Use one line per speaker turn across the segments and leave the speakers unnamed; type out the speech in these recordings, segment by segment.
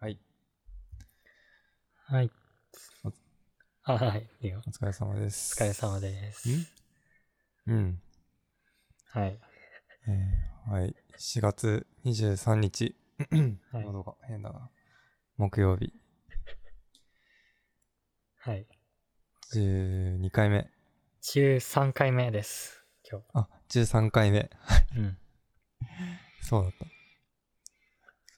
はい。
はい。
お
あ、はい。いいよ
お疲れ様です。
お疲れ様です。
んうん。
はい。
えーはい。4月23日。
はい。
喉が変だな。木曜日。
はい。
12回目。
13回目です。今
あ、13回目。
日。うん。
そうだった。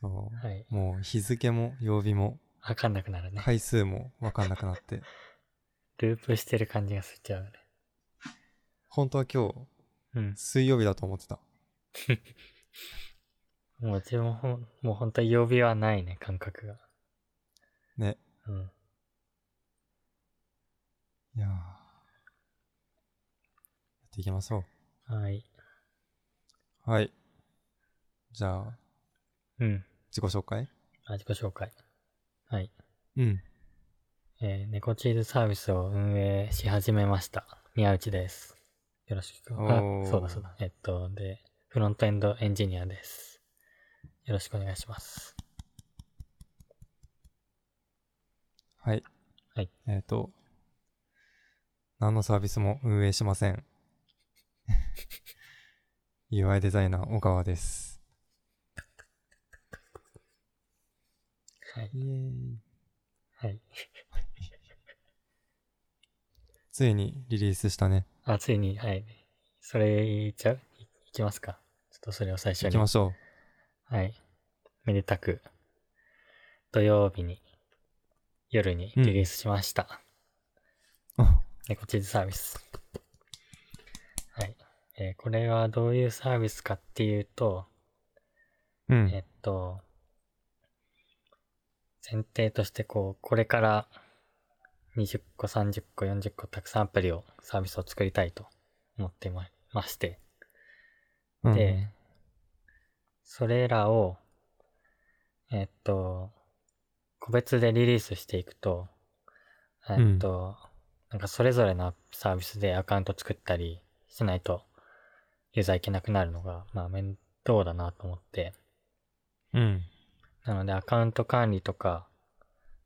そ
はい。
う。もう日付も曜日も
わかんなくなるね。
回数もわかんなくなって。
ループしてる感じがすっちゃうね。
本当は今日
うん。
水曜日だと思ってた。
もう自分もほん、もう本当に曜日はないね、感覚が。
ね。
うん。
いやーやっていきましょ
はい。
う。はい。じゃあ、
うん。
自己紹介
あ、自己紹介。はい。
うん。
えー、猫チーズサービスを運営し始めました。宮内です。よろしく。あ
おー、
そうだそうだ。えっと、で、フロントエンドエンジニアです。よろしくお願いします。
はい。
はい。
えっ、と、何のサービスも運営しません。UI デザイナー、小川です。
はい。
イエーイ。
はい。
ついにリリースしたね。
あ、ついに、はい。それいっちゃういいきますか。ちょっとそれを最初
行
に。
きましょ
はい。めでたく、土曜日に、夜に
うん
リリースしました。
う。
猫チーズサービス。はい。えーこれはどういうサービスかっていうと、
う
え
ん。
っと、前提としてこう、これから20個、30個、40個、たくさんアプリを、サービスを作りたいと思ってままして、
うん
で、それらを、えっと、個別でリリースしていくと、えっと、なんかそれぞれのサービスでアカウント作ったりしないと、ユーザーいけなくなるのが、まあ面倒だなと思って、
うん。
なので、アカウント管理とか、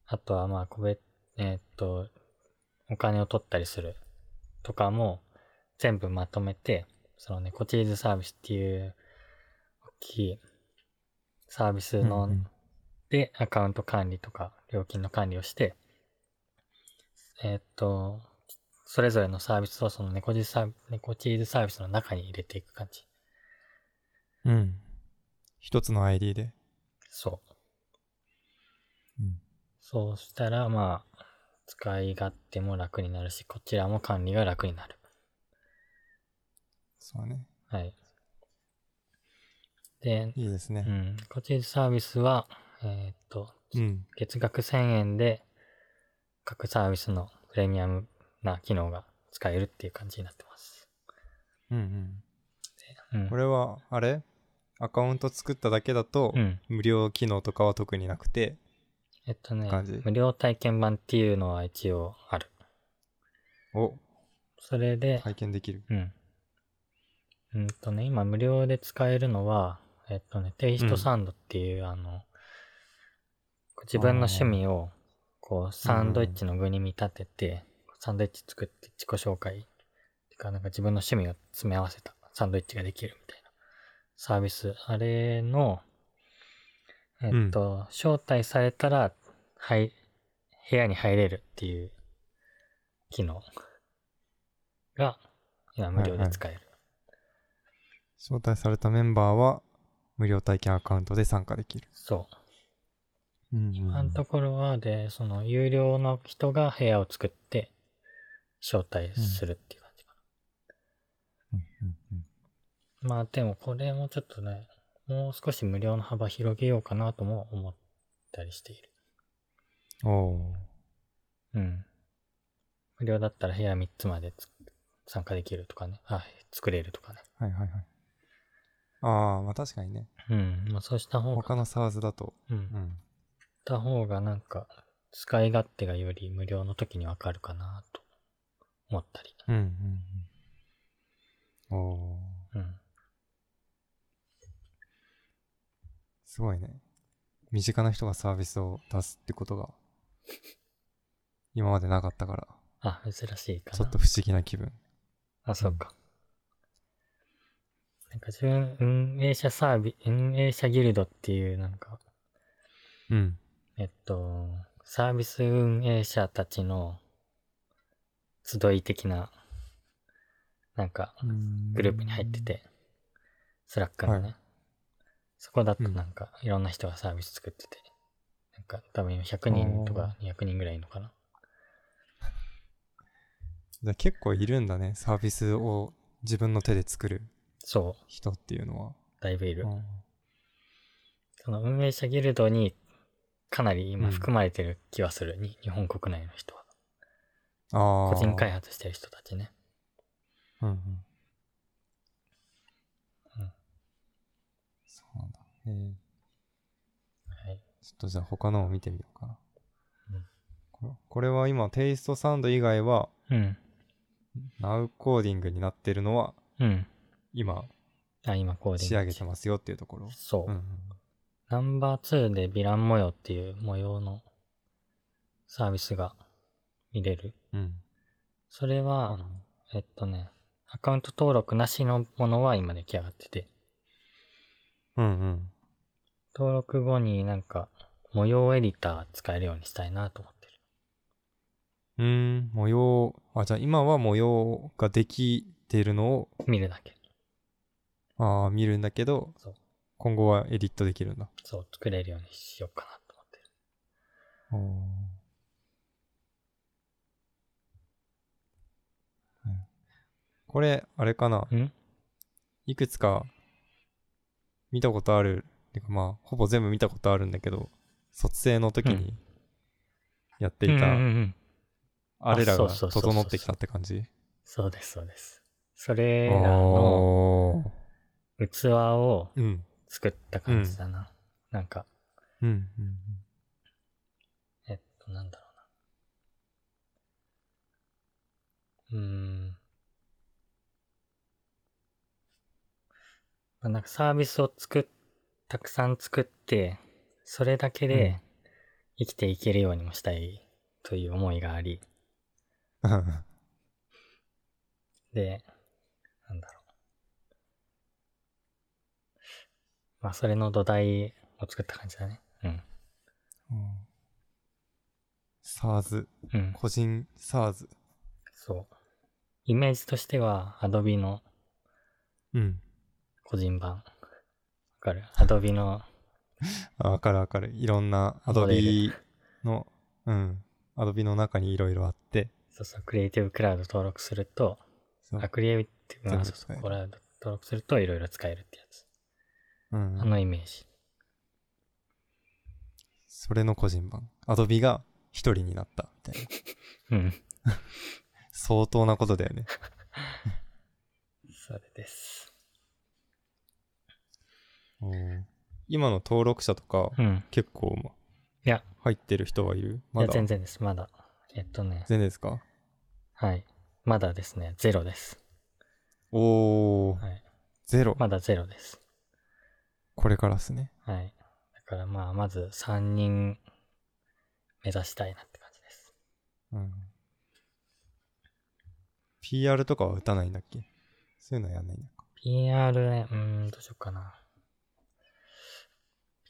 あとはまあ、個別、えーっと、お金を取ったりするとかも、全部まとめて、その猫チーズサービスっていう、大きいサービスの、
うん
で、アカウント管理とか、料金の管理をして、えーっと、それぞれのサービスをその猫チーズサービス、猫チーズサービスの中に入れていく感じ。
うん。うん一つの ID で。
そう。
うん
そうしたら、まあ、使い勝手も楽になるし、こちらも管理が楽になる。
そうね。
はい。で、
いいです
う
ね。
ん、こちらサービスは、えーっと、
うん。
月額1000円で、各サービスのプレミアムな機能が使えるっていう感じになってます。
うんうん。
うん。
これは、あれアカウント作っただけだと、
うん。
無料機能とかは特になくて、
えっとね
感じ、
無料体験版っていうのは一応ある。
お、
それで、
体験できる。
うん。うんとね、今無料で使えるのは、えっとね、テイストサンドっていう、あの、自分の趣味を、こう、サンドイッチの具に見立てて、サンドイッチ作って自己紹介。てか、なんか自分の趣味を詰め合わせたサンドイッチができるみたいなサービス。あれの、えっと、招待されたら、はい、部屋に入れるっていう機能が、今無料で使える。
招待されたメンバーは無料体験アカウントで参加できる。
そう。
うん、
今のところは、で、その、有料の人が部屋を作って、招待するっていう感じか
うんうん
な。まあ、でも、これもちょっとね、もう少し無料の幅広げようかなとも思ったりしている。
うん、お
うん。無料だったら部屋3つまでつ参加できるとかね。あ、作れるとかね。
ーはいはいはい。ああ、まあ確かにね。
うん。まあ、そうした方が、
他の SARS だと、
うん。
う
し
ん。
た方が、なんか、使い勝手がより無料の時にわかるかなと思ったり。
うんうんうん。お
う
ー、
ん。
すごいね。身近な人がサービスを出すってことが、今までなかったから、
あ、珍しいかな。
ちょっと不思議な気分。
あ、そうか。なんか自分、運営者サービ、運営者ギルドっていう、なんか、
うん。
えっと、サービス運営者たちの集い的な、なんか、グループに入って。て、スラックのね。
はい
そこだと
うん
なんか、いろんな人がサービス作ってて、なんか多分今100人とか200人ぐらいいるのかな。
じゃあ結構いるんだね、サービスを自分の手で作る
そ
人っていうのは。
う、だいぶいる。
うん
その運営者ギルドにかなり
う
今
ん
含まれてる気はする、に日本国内の人は。
あ
個
あ。
人開発してる人たちね。
うんう
う
ん。
ん
そうなんだ。えー
はい。
ちょっとじゃあ他のを見てみようかな。
うん
これこれは今、テイストサウンド以外は、
うん。
ナウコーディングになってるのは、
うん。
今、
あ、今コーディング。
仕上げてますよっていうところ。
そう。
うんうん。
ナンバー2でヴィラン模様っていう模様のサービスが見れる。
うん。
それは、えっとね、アカウント登録なしのものは今出来上がってて、
うんうん。
登録後になんか模様エディター使えるようにしたいなと思ってる。
うーん、模様、あ、じゃあ今は模様ができているのを、
見るだけ。
あー見るんだけど
そう、
今後はエディットできるんだ。
そう、作れるようにしようかなと思ってる。
おーうんこれ、あれかな、
ん
いくつか見たことある、てかまあ、ほぼ全部見たことあるんだけど、卒生の時にやっていた、
うんうんうんうん
あれら
そう
が
そうそうそう
整ってきたって感じ。
そうです、そうです。それらの
おー
器を
うん。
作った感じだな。なんか、
うん。うん
えっと、なんだろうな。うーん。まあ、なんかサービスを作っ、たくさん作って、それだけ
うん
で生きていけるようにもしたいという思いがあり、
うん
で、なんだろう。まあ、それの土台を作った感じだね。うん。
うん。SARS、
うん。
個人 SARS。
そう。イメージとしては、Adobe の
うん。
個人版。わかる ?Adobe の、
あ、わかるわかる。いろんな
モデ
Adobe の、うん。Adobe の中にいろいろあって、
そうそう、クリエイティブクラウド登録すると、
そう
あ、クリエイティブ、あ
全部
そうそ
使え
う、
る
クラウド登録するといろいろ使えるってやつ。
うん
あのイメージ。
それの個人版。Adobe が一人になったみたいな。
うん。
相当なことだよね。
それです。
今の登録者とか、
うん。
結構、ま、
いや、
入ってる人はいる
い
ま
や
だ
全然です。まだ。えっとね、
全然ですか
はい。まだですね、ゼロです。
おー、
はい。
ゼロ。
まだゼロです。
これからですね。
はい。だからまあ、まず3人目指したいなって感じです。
うん。PR とかは打たないんだっけそういうのはやんないんだ。
PR ね、うーん、どうしようかな。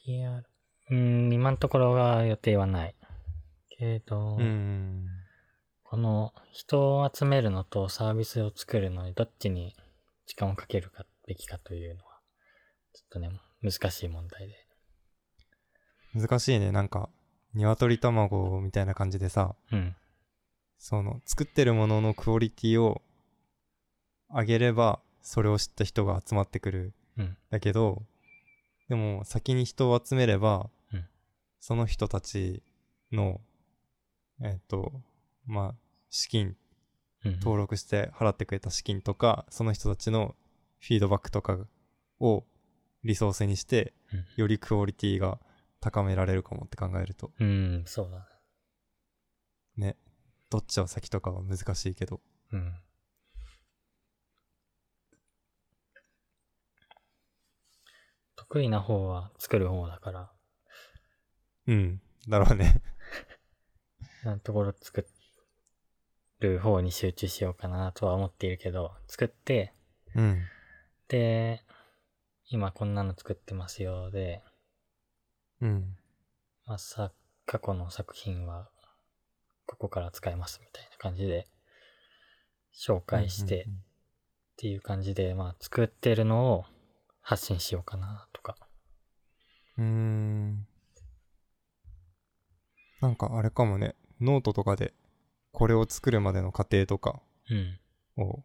PR、うーん、今のところは予定はない。けど、
うん。
この人を集めるのとサービスを作るのにどっちに時間をかけるかべきかというのは、ちょっとね、難しい問題で。
難しいね。なんか、鶏卵みたいな感じでさ、
うん。
その、作ってるもののクオリティを上げれば、それを知った人が集まってくる。
うん。
だけど、でも先に人を集めれば、
うん
その人たちの、えっ、と、まあ、資金、
うん。
登録して払ってくれた資金とか、その人たちのフィードバックとかをリソースにして、
うん
よりクオリティが高められるかもって考えると、
うん、そうだね。
ね、どっちを先とかは難しいけど、
うん。得意な方は作る方だから、
うん。だろうね。
なところ作る方に集中しようかなとは思っているけど、作って、
うん。
で、今こんなの作ってますよ。で、
うん。
まあ、さ過去の作品はここから使えますみたいな感じで紹介してっ
うん
ていう感じで、まあ作ってるのを発信しようかなとか。
うんうん。うーんなんかあれかもね、ノートとかで、これを作るまでの過程とか
うん。
を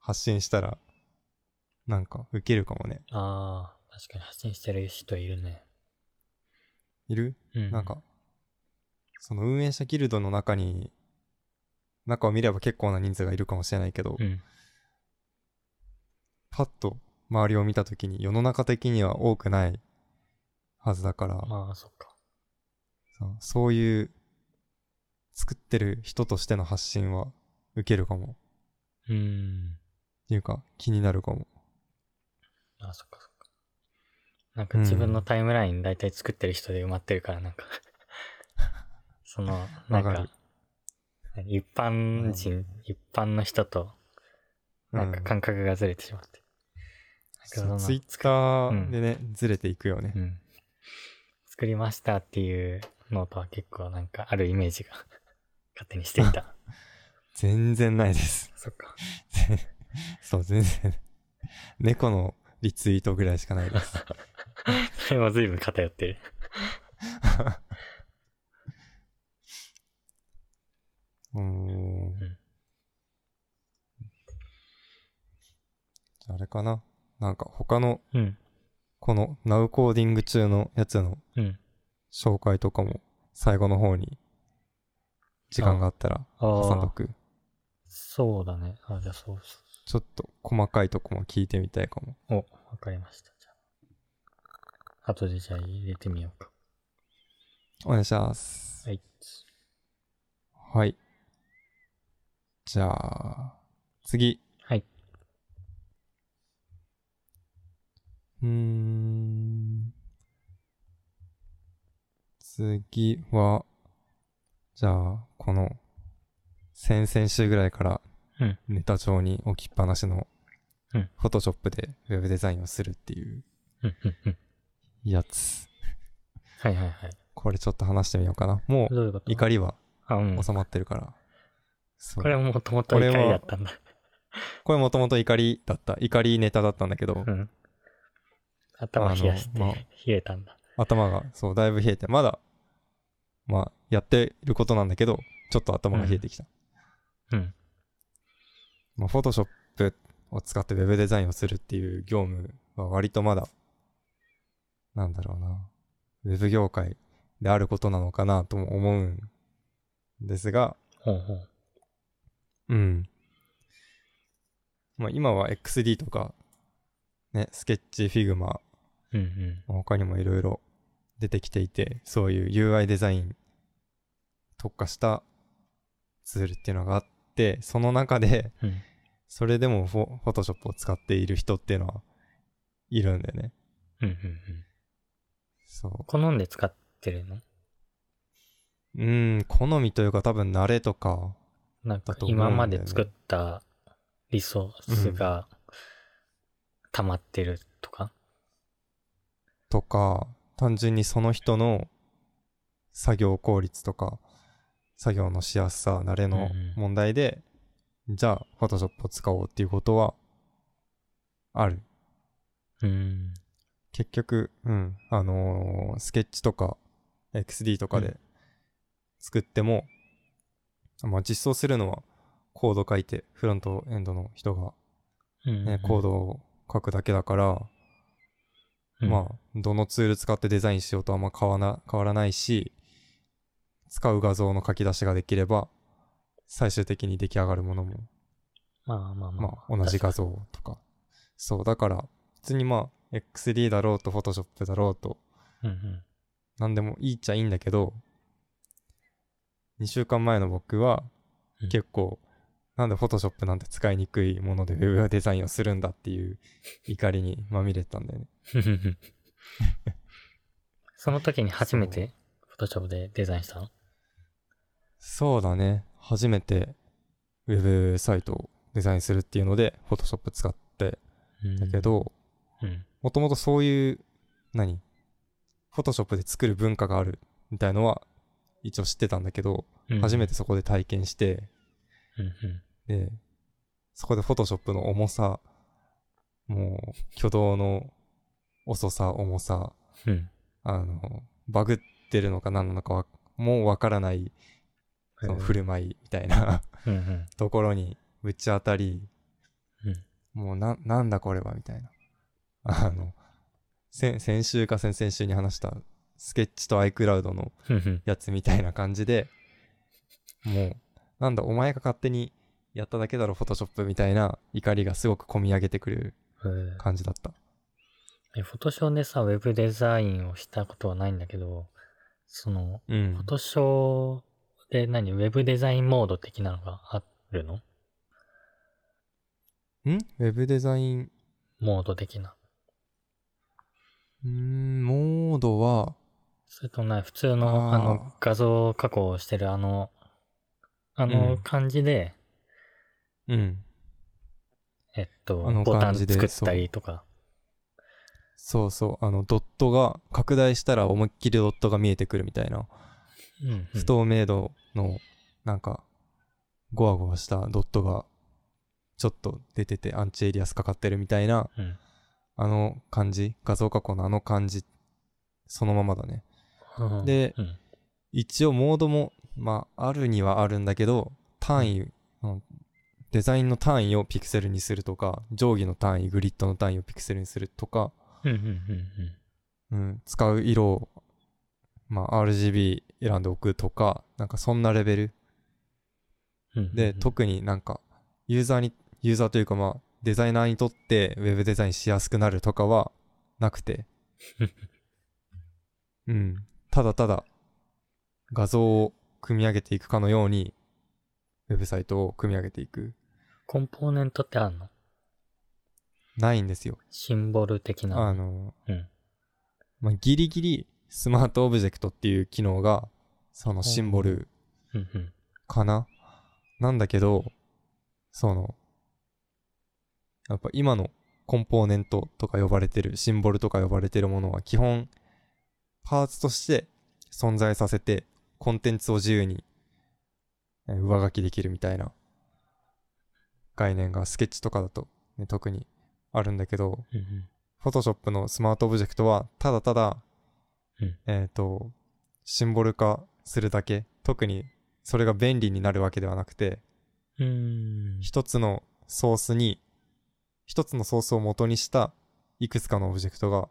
発信したら、なんかウケるかもね。
ああ、確かに発信してる人いるね。
いる
うん。
なんか、その運営者ギルドの中に、中を見れば結構な人数がいるかもしれないけど、
うん。
パッと周りを見たときに世の中的には多くないはずだから、
まあ、そっか。
そうそういう作ってる人としての発信は受けるかも。
うん。
っていうか気になるかも。
ああ、そっかそっか。なんか自分のタイムライン大体作ってる人で埋まってるから、なんか、 その、なん
わか
か
る、
一般人、一般の人と、なんか感覚がずれてしまって。なんかそ
ツイ
の
ッターでね、ずれていくよね。
うん。作りましたっていうノートは結構なんかあるイメージが勝手にしてい た。
全然ないです。
そっか。
そう、全然。 猫のリツイートぐらいしかないです。
それも随分偏ってる。
うーん。じゃああれかななんか他の
うん。
この Now コーディング中のやつの
うん。
紹介とかも最後の方に時間があったら挟んど
ああ、
く。
そうだね。あじゃあそうそう
ちょっと細かいとこも聞いてみたいかも。
お、わかりました。じゃあ。後でじゃあ入れてみようか。
お願いします。
はい。
はい。じゃあ、次。
はい。
うーん。次は、じゃあ、この、先々週ぐらいから
うん、
ネタ帳に置きっぱなしの
うん、
フォトショップでウェブデザインをするっていう
うんうんうん。
やつ。
はいはいはい。
これちょっと話してみようかな。もう、
どういうこと
怒
り。
りは
あ、うん。
収まってるから。そう
これはもともと怒りだったんだ。
これもともと怒りだった。怒りネタだったんだけど、
うん。頭冷やして、
あのまあ
冷えたんだ。
頭が、そう、だいぶ冷えて、まだ、まあ、やってることなんだけど、ちょっと頭が冷えてきた。
うん。
まあ、フォトショップを使ってウェブデザインをするっていう業務は割とまだ、なんだろうな、ウェブ業界であることなのかなとも思うんですが、
ほうほう。
うん。まあ、今は XD とか、ね、スケッチ、フィグマ、
うんうん。
他にもいろいろ出てきていて、そういう UI デザイン特化したツールっていうのがあって、その中で、
うん。
それでもフォフォトショップを使っている人っていうのはいるんだよね。
うんうんうん。
そ
好んで使ってるの
う。うん、好みというか多分慣れとか、
なんか
だと思うんだ
今
よね
まで作ったリソースが溜まってるとか、
とか、単純にその人の作業効率とか、作業のしやすさ、慣れの
うんうん
問題で、じゃあ、フォトショップを使おうっていうことは、ある。
うん。
結局、うん、あのースケッチとか XD とか
う
で作っても、まあ実装するのはコード書いてフロントエンドの人が、
うん。
ねコードを書くだけだから、
うん、
まあどのツール使ってデザインしようとあんま変わな変わらないし使う画像の書き出しができれば最終的に出来上がるものも
まあまあまあ
まあ、同じ画。像とか。そう、だから、普通にまあ、XD だろうと、Photoshop だろうと、
うんうん。
なんでもいいっちゃいいんだけど、2週間前の僕は
うん、
結構、なんで Photoshop なんて使いにくいもので Web デザインをするんだっていう怒りにまみれてたんだよね。
その時に初めてフォトショップでデザインしたの
そうだね。初めてウェブサイトをデザインするっていうので、フォトショップ使って
うん
だけ、ど、
うん。
もともとそういう、何フォトショップで作る文化があるみたいのは一応知ってたんだけど、
うん
初めて。そこで体験して、
うん
で、そこでフォトショップの重さ、もう挙動の遅さ、重さ、
うん。うん。
あの、バグってるのか何なのかはもうわからない、その振る舞いみたいな
うんうん。
ところにぶち当たり、もうな、なんだこれはみたいな。あの、先、先週か先々週に話したスケッチと iCloud の
うんうん。
やつみたいな感じで、もう、なんだ、お前が勝手にやっただけだろ、フォトショップみたいな怒りがすごく込み上げてくる
うん
感じだった。
えフォトショーでさ、ウェブデザインをしたことはないんだけど、その、
うん。
フォトショーで何、ウェブデザインモード的なのがあるの
んウェブデザイン、
モード的な。
うーん、モードは、
それともない、普通の、あ
あー
の、画像加工をしてるあの、あ
う
の
ん
感じで、
うん。
えっと
あの、
ボタン
感じで
作ったりとか。
そうそう、あの、ドットが、拡大したら思いっきりドットが見えてくるみたいな、
うんうん
不透明度の、なんか、ゴワゴワしたドットが、ちょっと出ててアンチエリアスかかってるみたいな、
うん。
あの感じ、画像加工のあの感じ、そのままだね。
うん
で
うん
一応モードも、まあ、あるにはあるんだけど、単位、うんデザインの単位をピクセルにするとか、定規の単位、グリッドの単位をピクセルにするとか、
うんうんうん
うん、使う色を、まあ、RGB 選んでおくとか、なんかそんなレベル。
うんうん。
で、
うん、
特になんか、ユーザーに、ユーザーというかまあ、デザイナーにとってウェブデザインしやすくなるとかはな くて。うん。ただただ、画像を組み上げていくかのように、ウェブサイトを組み上げていく。
コンポーネントってあるの
ないんですよ。
シンボル的な。
あの、
うん
まあ、ギリギリ、スマートオブジェクトっていう機能が、そのシンボル
うんうん。
かななんだけど、その、やっぱ今のコンポーネントとか呼ばれてる、シンボルとか呼ばれてるものは基本、パーツとして存在させて、コンテンツを自由にえー上書きできるみたいな概念がスケッチとかだと、ね、特にあるんだけど、
うんうん
フォトショップのスマートオブジェクトは、ただただ、
うん
えっ、と、シンボル化するだけ、特にそれが便利になるわけではなくて、
うーん。
一つのソースに、一つのソースを元にした、いくつかのオブジェクトが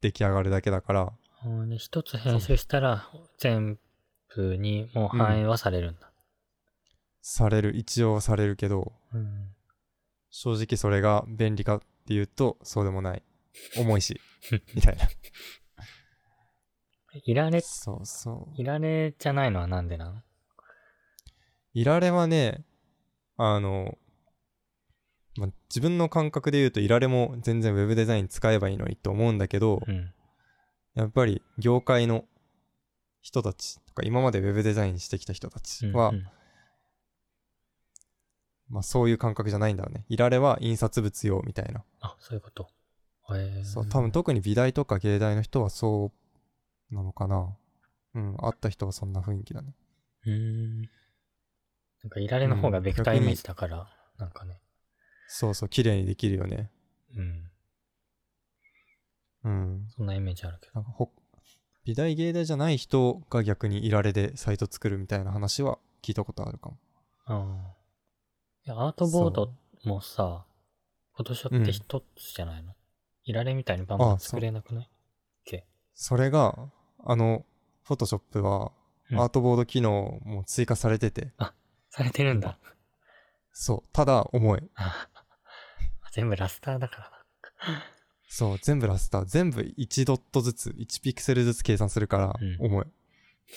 出来上がるだけだから、
ほうで一つ編集したら全部にもう反映はされるんだ。
される、一応されるけど、
うん。
正直それが便利かっていうと、そうでもない。重 いし、みたいな。
いられ、
そうそう。
いられじゃないのはなんでなの
いられはね、あの、まあ、自分の感覚で言うと、いられも全然ウェブデザイン使えばいいのにと思うんだけど、
うん。
やっぱり業界の人たちとか、今までウェブデザインしてきた人たちは、
うん
まあ、そういう感覚じゃないんだろうね。いられは印刷物用みたいな。
あ、そういうこと。えー、
そう、多分特に美大とか芸大の人はそうなのかな。うん、会った人はそんな雰囲気だね。
うーん。なんかいられの方がベクターイメージだから、なんかね。
そうそう、綺麗にできるよね。
うん。
うん。
そんなイメージあるけど。
なんかほ美大芸大じゃない人が逆にいられでサイト作るみたいな話は聞いたことあるかも。
ああ。いや、アートボードもさ、今年って一つじゃないの、いられみたいにバンバン
あそう
作れなくない
それが、あの、フォトショップは
うん
アートボード機能も追加されてて、
されてるんだ。
そう、ただ重い。
あ全部ラスターだからな。
そう、全部ラスター、全部1ドットずつ、1ピクセルずつ計算するから
うん
重い。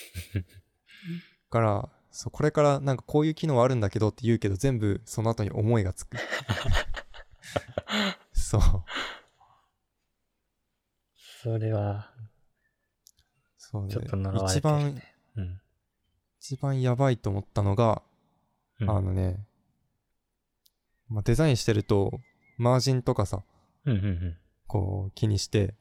から、そう、これからなんかこういう機能はあるんだけどって言うけど、全部その後に思いがつ く。そう。
それは、
そうで
ちょっと呪われてる
一番、
うん。
一番やばいと思ったのが、
うん
あのね、まあ、デザインしてると、マージンとかさ、
うんうんうん。
こう気にして、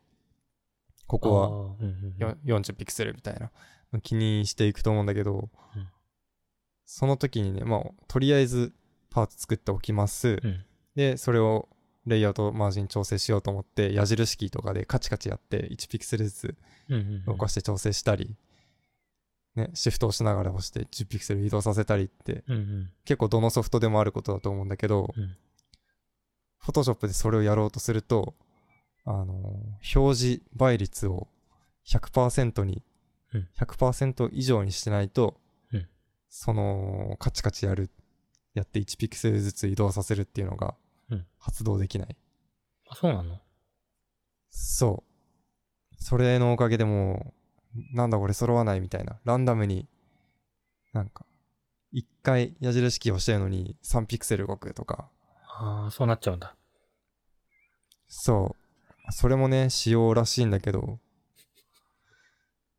こ
こ
こは
は、うんうんうん
よ40ピクセルみたいなの気にしていくと思うんだけど、
うん
その時にね、まあ、とりあえずパーツ作っておきます。
うん
で、それをレイアウトマージン調整しようと思って、矢印キーとかでカチカチやって、1ピクセルずつ
うんうんうん。
動かして調整したり、ね、シフトをしながら押して10ピクセル移動させたりって、
うんうん。
結構どのソフトでもあることだと思うんだけど、
うん
フォトショップでそれをやろうとすると、あのー表示倍率を100%に、
うん
100%以上にしてないと、
うん
その、カチカチやる、やって1ピクセルずつ移動させるっていうのが
うん、
発動できない。
あ、そうなの
そう。それのおかげでもう、なんだこれ揃わないみたいな。ランダムに、なんか、一回矢印キーをしてるのに3ピクセル動くとか。
ああ、そうなっちゃうんだ。
そう。それもね、仕様らしいんだけど、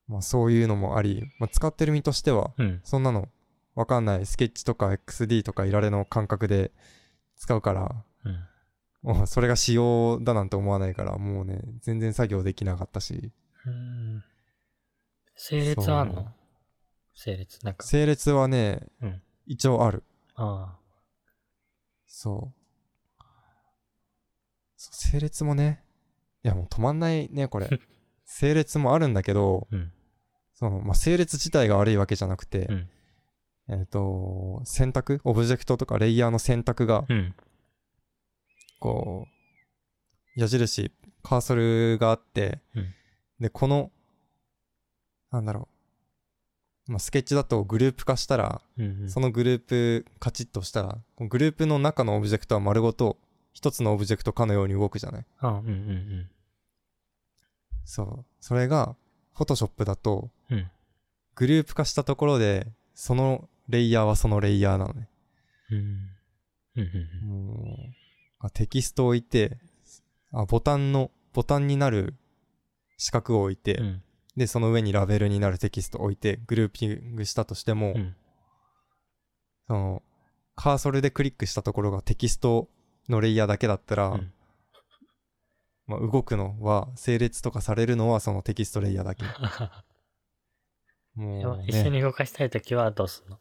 まあそういうのもあり、まあ、使ってる身としては、
うん。
そんなの、わかんない。スケッチとか XD とかいられの感覚で使うから、
うん。
もうそれが仕様だなんて思わないから、もうね、全然作業できなかったし。
うん。整列あん
そ
の
う
整列、なんか。
整列はね、
うん
一応ある
あ
そうそう整列もねいやもう止まんないねこれ 整列もあるんだけど
あ。うん。
その、まあ、整列自体が悪いわけじゃなくて
う、ん。
えっ、と選択オブジェクトとかレイヤーの選択が
うん。
こう矢印カーソルがあって、
うん
でこのなんだろう、まあ、スケッチだとグループ化したら
うんうん。
そのグループカチッとしたら、このグループの中のオブジェクトは丸ごと一つのオブジェクトかのように動くじゃない
ああ、うんうん
そう。それが、フォトショップだと、
うん。うん。
グループ化したところで、そのレイヤーはそのレイヤーなのね。
うん。うんうん
もうあテキストを置いてあ、ボタンの、ボタンになる四角を置いて、
うん。うん。
で、その上にラベルになるテキストを置いて、グルーピングしたとしても、
うん。
その、カーソルでクリックしたところがテキストのレイヤーだけだったら、
うん
まあ、動くのは、整列とかされるのはそのテキストレイヤーだけ。
やば
も、
いう一緒
ね、
に動かしたいときはどうすんの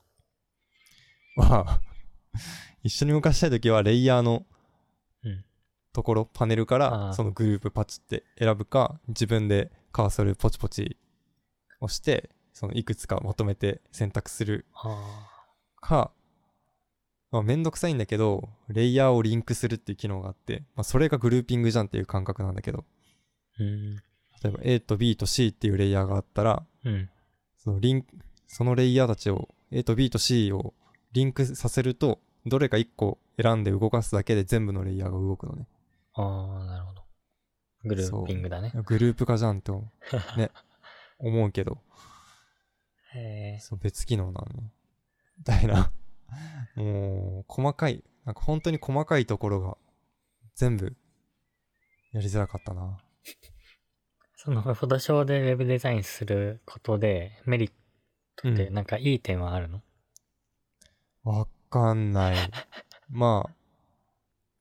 まあ、 一緒に動かしたいときはレイヤーの
うん
ところ、パネルか
あ
ら
ー
そのグループパチって選ぶか、自分でカーソルポチポチ押して、そのいくつかまとめて選択する
あ
か、まあ、めんどくさいんだけど、レイヤーをリンクするっていう機能があって、まあ、それがグルーピングじゃんっていう感覚なんだけど、
あ。うん。
例えば A と B と C っていうレイヤーがあったら、
うん。
そのリンク、そのレイヤーたちを、A と B と C をリンクさせると、どれか1個選んで動かすだけで全部のレイヤーが動くのね。
ああ、なるほど。グルーピングだね。
グループ化じゃんって思う。ね。思うけど、
へえ。
そう別機能なのね。みたいな。もう、細かい、なんか本当に細かいところが、全部、やりづらかったな。
その、フォトショーでウェブデザインすることで、メリットって、
う
なんかいい点はあるの
わか んない。まあ、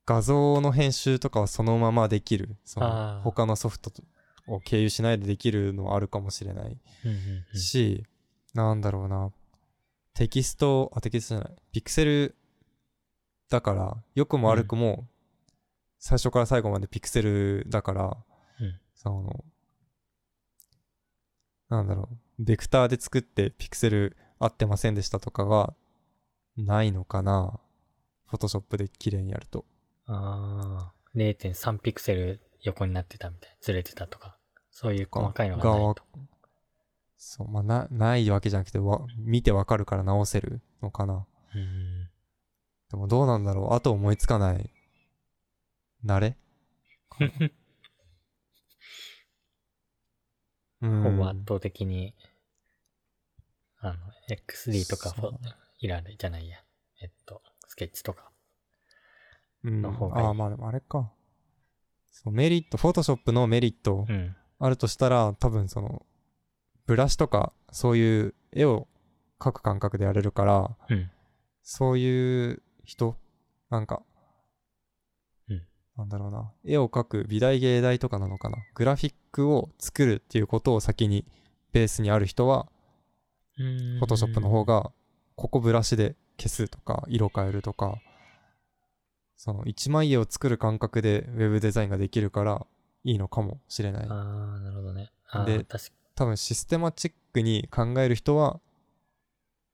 画像の編集とかはそのままできる。そ
あ
の
ー
他のソフトを経由しないでできるのはあるかもしれない
うんうんうん。
し、なんだろうな。テキスト、あ、テキストじゃない。ピクセルだから、良くも悪くも、最初から最後までピクセルだから、
うん
その、なんだろう。ベクターで作ってピクセル合ってませんでしたとかが、ないのかな。フォトショップで綺麗にやると。
ああ、0.3ピクセル横になってたみたい。ずれてたとか。そういう細かいのがないと。
そう、まあ、な、ないわけじゃなくて、わ、見てわかるから直せるのかな。
うん。
でもどうなんだろう。あと思いつかない。慣 れう
ほぼ
ん
圧。倒的に、あの、XD とか
そう
フォいられじゃないや。えっと、スケッチとか。
うん、
の方がいい
ああ、まあでもあれか。そう、メリット、フォトショップのメリット
うん。
あるとしたら、多分その、ブラシとかそういう絵を描く感覚でやれるから
うん。
そういう人なんか、
うん
なんだろうな絵を描く美大芸大とかなのかなグラフィックを作るっていうことを先にベースにある人は
フ
フォトショップの方がここブラシで消すとか色変えるとかその一枚絵を作る感覚でウェブデザインができるからいいのかもしれない
ああ、なるほどね。ああ、
で
確か
多分システマチックに考える人は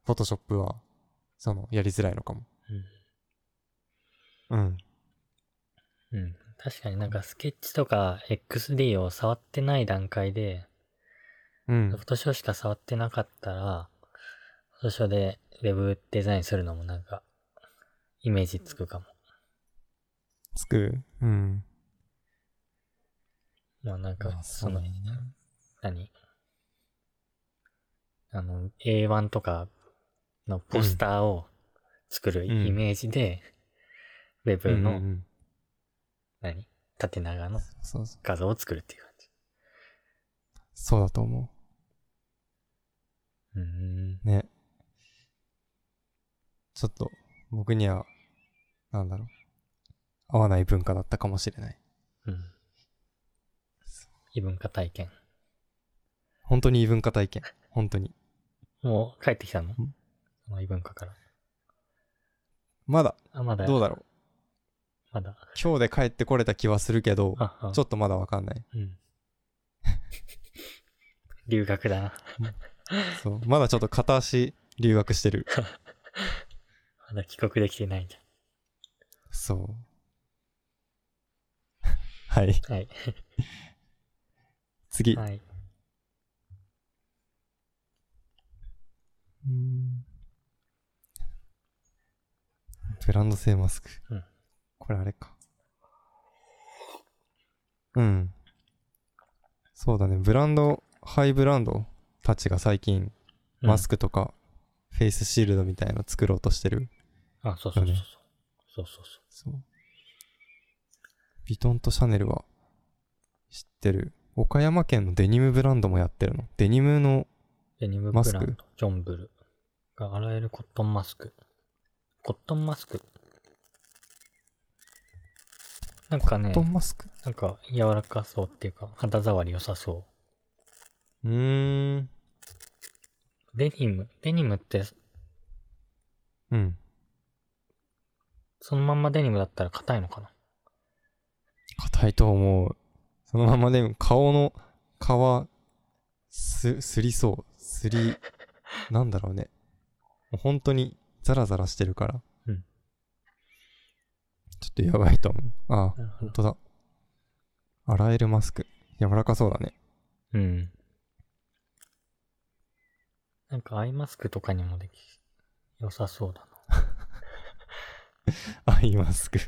フォトショップはそのやりづらいのかもうん
うん。確かになんかスケッチとか XD を触ってない段階で、
う
フ
ん
ォトショーしか触ってなかったら、フォトショーでウェブデザインするのもなんか、イメージつくかも。
つくうん
まあなん
ま
か、
あ
その
う、ね
何あの、A1 とかのポスターを作る
うん
イメージで、ウェ
う
ブ
んう
の、
ん
何縦長の
そうそう
画像を作るっていう感じ。
そうだと思
うーん。
うねちょっと僕にはなんだろう合わない文化だったかもしれない
うん。異文化体験。
本当に異文化体験本当に
もう帰ってきたの
うん
その異文化から。
まだ
あ、まだ、
どうだろう
まだ。
今日で帰ってこれた気はするけど
あ、あ
ちょっとまだわかんない
うん。 留学だな。
そうまだちょっと片足留学してる
まだ帰国できてないんじ
そう。はい。
ゃん。はい。
次。
はい。
うんブランド性マスク。
うん
これあれか。うん。そうだね。ブランド、ハイブランドたちが最近、マス
ク。
クとか、フェイスシールドみたいなの作ろうとしてる。
あ、そうそうそうそう。
だね
そうそうそ
そう。ビトンとシャネルは知ってる。岡山県のデニムブランドもやってるの。デニムの、
う。デニム
マ
ブ
ス
ラ
ク
ンド、ジョンブルが洗えるコットンマスク。コットンマスクなんかね、
トンマスク
なんか柔らかそうっていうか、肌触り良さそう。
うーん。
デニム、デニムって
うん。
そのまんまデニムだったら硬いのかな
硬いと思う。そのままでも顔の皮、す、すりそう。すり、なんだろうね。もう本当にザラザラしてるから。
うん
ちょっとやばいと思う。ああ、
なるほ
本。当だ。洗えるマスク。柔らかそうだね。
うん。なんかアイマスクとかにもでき、良さそうだな。
アイマスク。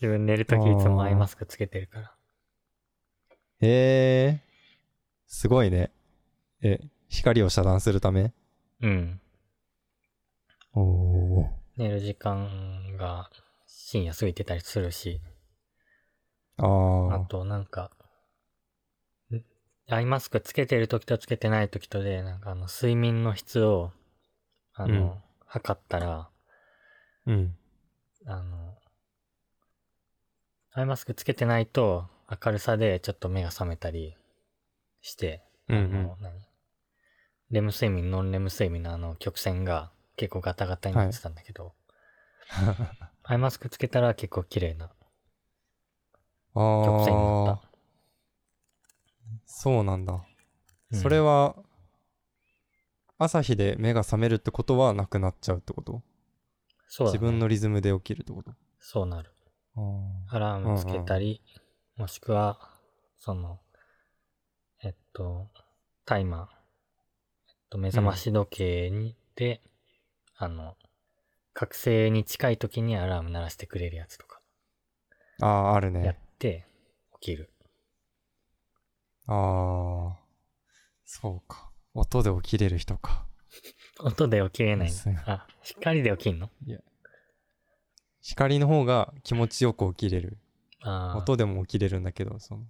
自分寝るときいつもアイマスクつけてるから。
へえ。すごいね。え、光を遮断するため
うん。
おおー。
寝る時間が深夜過ぎてたりするし、あ
ああ。
となんか、んアイマスクつけてるときとつけてないときとで、なんかあの、睡眠の質を、あの、
うん
測ったら、
うん。
あの、アイマスクつけてないと明るさでちょっと目が覚めたりして、
うんう
あ
ん
の。何レム睡眠、ノンレム睡眠のあの曲線が結構ガタガタになってたんだけど、 アイマスクつけたら結構綺麗な
あ
曲線にな
あ
っ。
そうなんだ。
た。
それ
は、
は、朝日で目が覚めるってことはなくなっちゃうってこと、
そうだね
自分のリズムで起きるってこと
そうなる。
あ
アラームつけたり、もしくは、その、えっと、タイマー、えっと、目覚まし時計に、で、あの、覚醒に近い時にアラーム鳴らしてくれるやつとか、
ーあー、ある
やっ
ね。
て、起きる。
ああ。そうか。音で起きれる人か。
音で起きれないんだ
そう。
あ、光で起きんの
光の方が気持ちよく起きれる。
ああ。
音でも起きれるんだけど、その、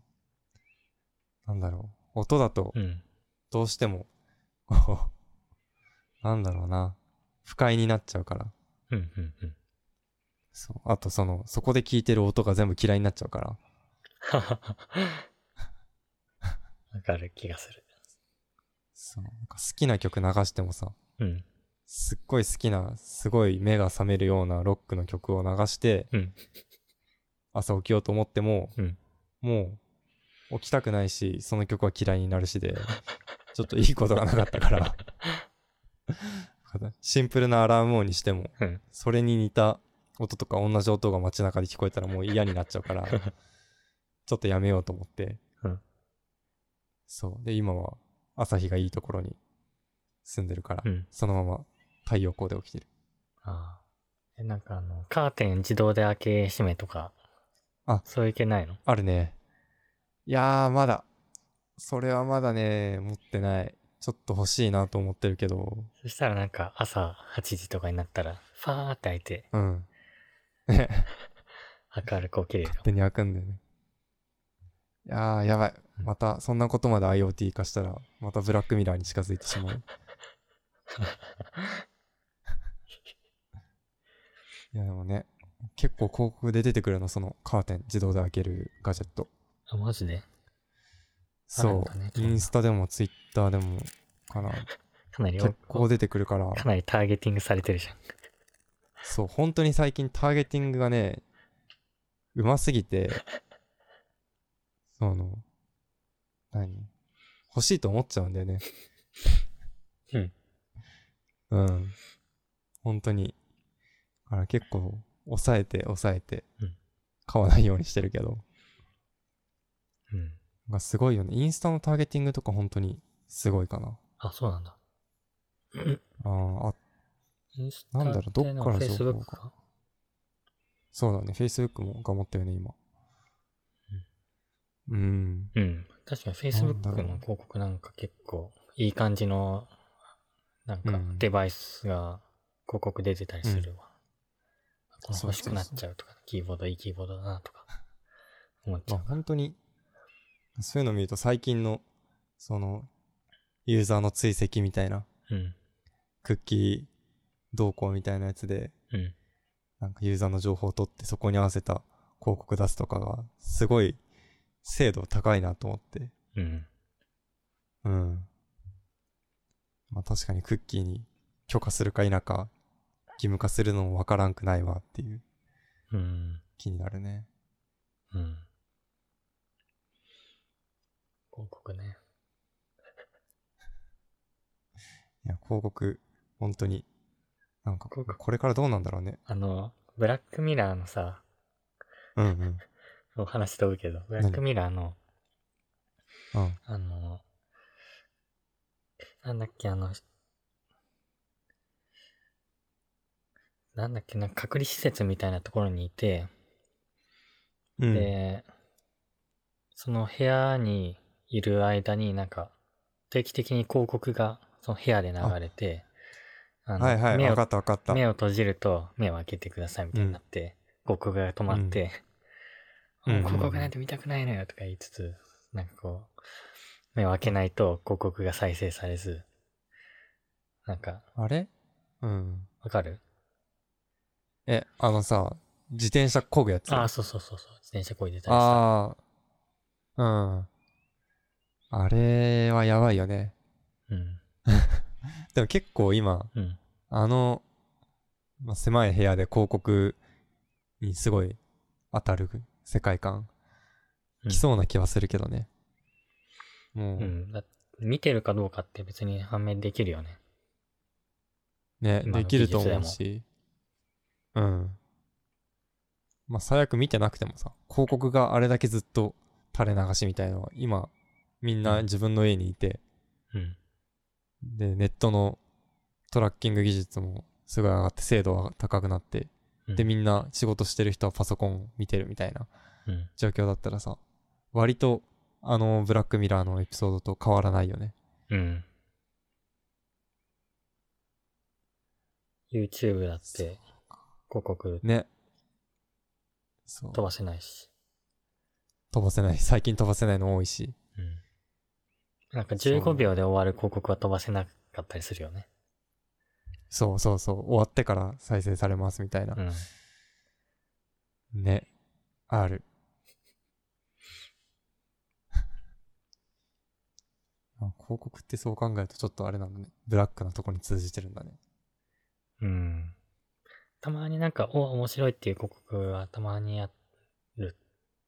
なんだろう。音だと
うん。
どうしても、 こう、なんだろうな、不快になっちゃうから。
うん、うん、うん。
そう。あとその、そこで聞いてる音が全部嫌いになっちゃうから。
わかる気がする。
そう。なんか好きな曲流してもさ、
うん、
すっごい好きな、すごい目が覚めるようなロックの曲を流して、
うん、
朝起きようと思っても、
うん。
もう、起きたくないし、その曲は嫌いになるしで、 ちょっといいことがなかったから。 シンプルなアラーム音にしても、
うん、
それに似た音とか同じ音が街中で聞こえたらもう嫌になっちゃう からちょっとやめようと思って、
うん
そうで今は朝日がいいところに住んでるから、
うん。
そのまま太陽光で起きてる
ああ。え、なんかあの、カーテン自動で開け閉めとか。
あ
そういう系ないの
あるねいやーまだそれはまだね持ってないちょっと欲しいなと思ってるけど
そしたらなんか朝8時とかになったら、ファーって開いて、
うん
明るく起きれるよ
勝。手に開くんだよねいやーやばいまたそんなことまで IoT 化したらまたブラックミラーに近づいてしまういやでもね、結構広告で出てくるの、そのカーテン自動で開けるガジェット。
あ、マジで
そ
あるんだね
う、インスタでもツイッターでもかな。
かなり
結構
で。
出てくるから、
かなりターゲティングされてるじゃん。
そう、本当に最近ターゲティングがね、うますぎて、その、何欲しいと思っちゃうんだよね。
うん。
うん。本当に。だから結構、抑えて抑えて
うん、
買わないようにしてるけど。
うん。
がすごいよね。インスタのターゲティングとか本当にすごいかな。
あ、そうなんだ。
あーあ、
インス
なんだろうどっから
フェイスブ
情
ッ
報
ク
が
か
そうだね。Facebook も頑張ったよね、今。うん。
うん。確かに
なんだ
Facebook
ろう
の広告なんか結構いい感じの、なんか
うん
デバイスが広告出てたりするわ。これ
そう
欲
そ
し
う
くなっちゃうとか、キーボードいいキーボードだなとか、思っち
ま
ゃ
あ
う。
本当に、そういうの見ると最近の、その、ユーザーの追跡みたいな、
うん。
クッキー動向みたいなやつで、
うん。
なんかユーザーの情報を取ってそこに合わせた広告出すとかが、すごい精度高いなと思って。
うん。
うん。まあ確かにクッキーに許可するか否か、義務化するのもわからんくないわっていう
うん。
気になるね。
うん。広告ね。
いや、広告、本当に、なんか、
広告
これからどうなんだろうね。
あの、ブラックミラーのさ、
うんうん。
お話飛ぶけど、ブラックミラーの、
うん。
あの、なんだっけ、あの、なんだっけな、隔離施設みたいなところにいて、
うん。
で、その部屋にいる間になんか、定期的に広告がその部屋で流れて、あの
はいはい、
目
わ
を
かったわかった。
目を閉じると目を開けてくださいみたいになって、広告が止まって、
うん
もう
うんうんうん
広告なんて見たくないのよとか言いつつ、なんかこう、目を開けないと広告が再生されず、なんか、
あれうん。
わかる
え、あのさ、自転車漕ぐやつ。
ああ、そうそうそうそう、自転車こいでたりした。
ああー。うん。あれはやばいよね。
うん、
でも結構今、
うん、
あの、まあ、狭い部屋で広告にすごい当たる世界
う
観、
ん
来そうな気はするけどね。もう、
うん。だ見てるかどうかって別に判明できるよね。
ね、
今の
できると思うし、うん。まあ、最悪見てなくてもさ、広告があれだけずっと垂れ流しみたいのは、今、みんな自分の家にいて、
うん、
で、ネットのトラッキング技術もすごい上がって、精度が高くなって、
うん
で、みんな仕事してる人はパソコン見てるみたいな。
うん。
状況だったらさ割とあのブラックミラーのエピソードと変わらないよね
うん。YouTube だって、広告
ねそう
飛ばせないし。
飛ばせない最近飛ばせないの多いし
うん。なんか
そう
15秒で終わる広告は飛ばせなかったりするよね。
そうそうそう、終わってから再生されますみたいな
う。ん。
ね、ある。 あ広告ってそう考えるとちょっとあれなんだね。ブラックなとこに通じてるんだね。
うん。たまになんか、お、面白いっていう広告はたまにやるっ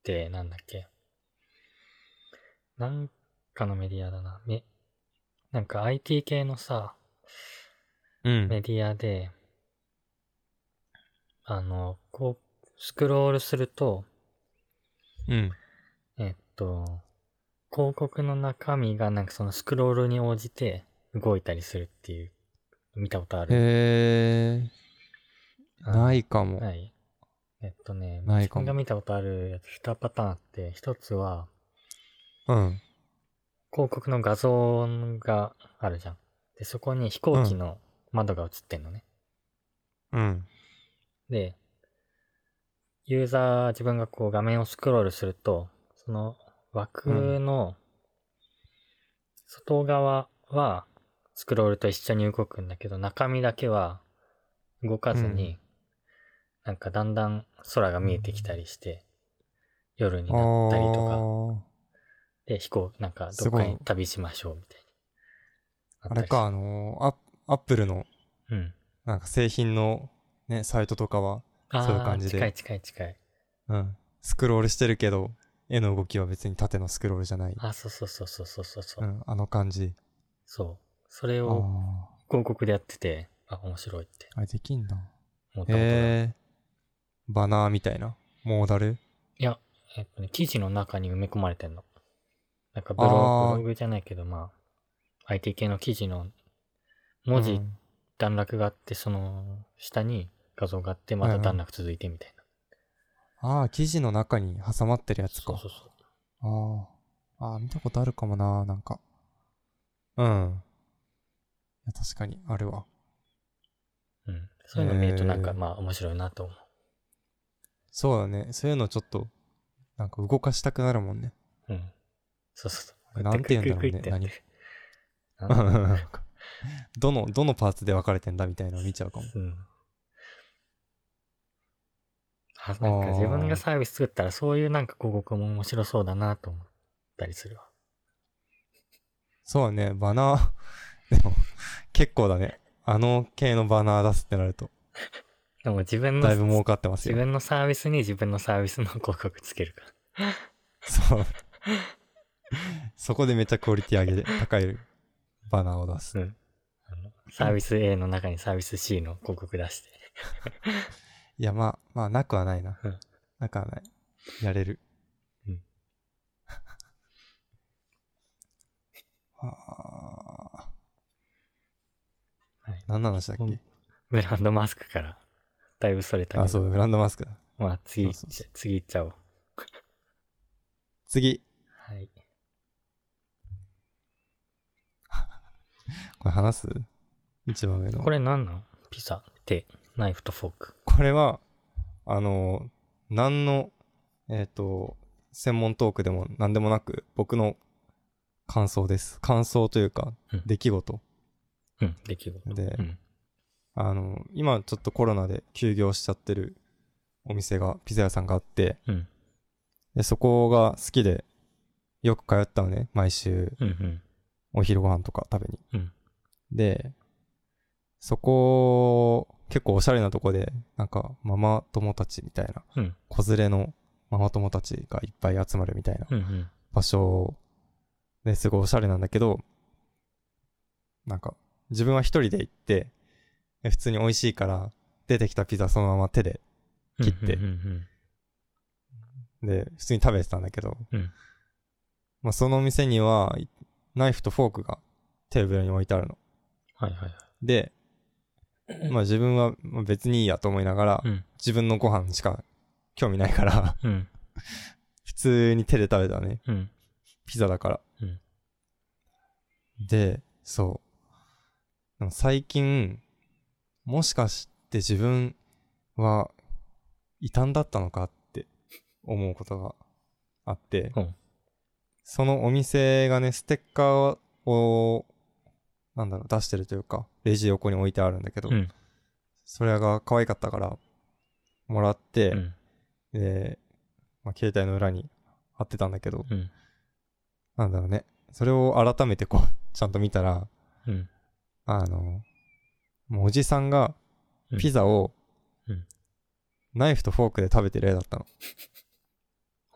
て、なんだっけ。なんかのメディアだな。め、なんか IT 系のさ、
うん。
メディアで、あの、こう、スクロールすると、
うん。
えっと、広告の中身がなんかそのスクロールに応じて動いたりするっていう、見たことある。
へえ、
あの
ないかも。
ないえっとね、
ない
自
かも
分が見たことあるやつ2パターンあって、1つは
うん。
広告の画像があるじゃん。で、そこに飛行機の窓が映ってんのね。
うん。
で、ユーザー、自分がこう画面をスクロールすると、その枠の外側はスクロールと一緒に動くんだけど、中身だけは動かずに、なんかだんだん空が見えてきたりして、夜になったりとか、
あ
で、飛行、なんか
す
どっ
ごい
かに旅しましょうみたい
あ
な。
あれか、あのー、アッアップルの
あったりして。
なんか製品のね、サイトとかは、
うん。あ
そうい
あ
う感じで
近い近い近い。
うん。スクロールしてるけど、絵の動きは別に縦のスクロールじゃない。
あ、そうそうそうそうそうそう。う
うん、あの感じ。
そう。それ
あ
を
あ
広告でやってて、あ、面白いって
ー、あれできんだ。
思ったことがある
へえー、バナーみたいな。モーダル
いや、えっとね、記事の中に埋め込まれてんの。なんかブ
あ
ロ
ー
グブログじゃないけど、まあ、IT 系の記事の文
う
字
ん
段落があって、その下に画像があって、ま
うん
た
うん
段落続いてみたいな。
ああ、記事の中に挟まってるやつ
そう
か
そ。うそう。
ああ。ああ、見たことあるかもな、なんか。うん。いや、確かに、あるわ。
うん。そういうの見るとなんか、
へー
まあ面白いなと思
そうだね。そういうのちょっと、なんか動かしたくなるもんね。
う。うん。そうそう
あ
そ
れ
う。
なんて言うんだろうね
クイクイクイってやって
う
なん
ん どの、どのパーツで分かれてんだみたいなの見ちゃうかも。
うん。あ、なんか自分がサービス作ったらそういうなんか広告も面白そうだなと思ったりするわ。
そうだね、バナー。 でも、結構だね。あの系のバナー出すってなると、
でも自分の
だいぶ儲かってます
自
よ。
分のサービスに自分のサービスの広告つけるから。
そう。そこでめっちゃクオリティ上げて、高いバナーを出す。
うん。あのサービス A の中にサービス C の広告出して。
いや、まあ、まあ、なくはないな
うん。
なくはない。やれる。
うん
はあ。
はい
何の話だっ
うん
け
ブランドマスクから。だいぶそれたけど。
あ、そう、ブランドマスクだ。
まあ次行っちゃ
そうそう
次行っちゃおう。
次。
はい。
これ話す一番上の。
これ何なのピザ、手、ナイフとフォーク。
これは、あの、何の、えっ、と、専門トークでも何でもなく、僕の感想です。感想というか
うん、
出来事。
うん、出来事。
で
うん。
あの、今ちょっとコロナで休業しちゃってるお店が、ピザ屋さんがあって、
うん。
で、そこが好きで、よく通ったのね、毎週、
うんうん。
お昼ご飯とか食べに。
うん。
で、そこ、結構おしゃれなとこで、なんか、ママ友たちみたいな、
うん。
子連れのママ友たちがいっぱい集まるみたいな
うんうん。
場所ですごいおしゃれなんだけど、なんか、自分は一人で行って、え普通に美味しいから、出てきたピザそのまま手で、切って
うんうん
で、普通に食べてたんだけど、
うん
まあその店には、いナイフとフォークがテーブルに置いてあるの。
はいはいはい。
で、まあ自分はまあ別にいいやと思いながら、
うん。
自分のご飯しか興味ないから、
うん。
普通に手で食べたね。
うん。
ピザだから。
うん
で、そう。でも最近、もしかして自分は異端だったのかって思うことがあって、
うん
そのお店がね、ステッカーを、なんだろう、出してるというか、レジ横に置いてあるんだけど、
うん。
それが可愛かったから、もらって、
うん。
で、まあ、携帯の裏に貼ってたんだけど、
うん。
なんだろうね、それを改めてこう、 ちゃんと見たら、
うん。
あの、もうおじさんが
うん
ピザを
うん
ナイフとフォークで食べてる絵だったの。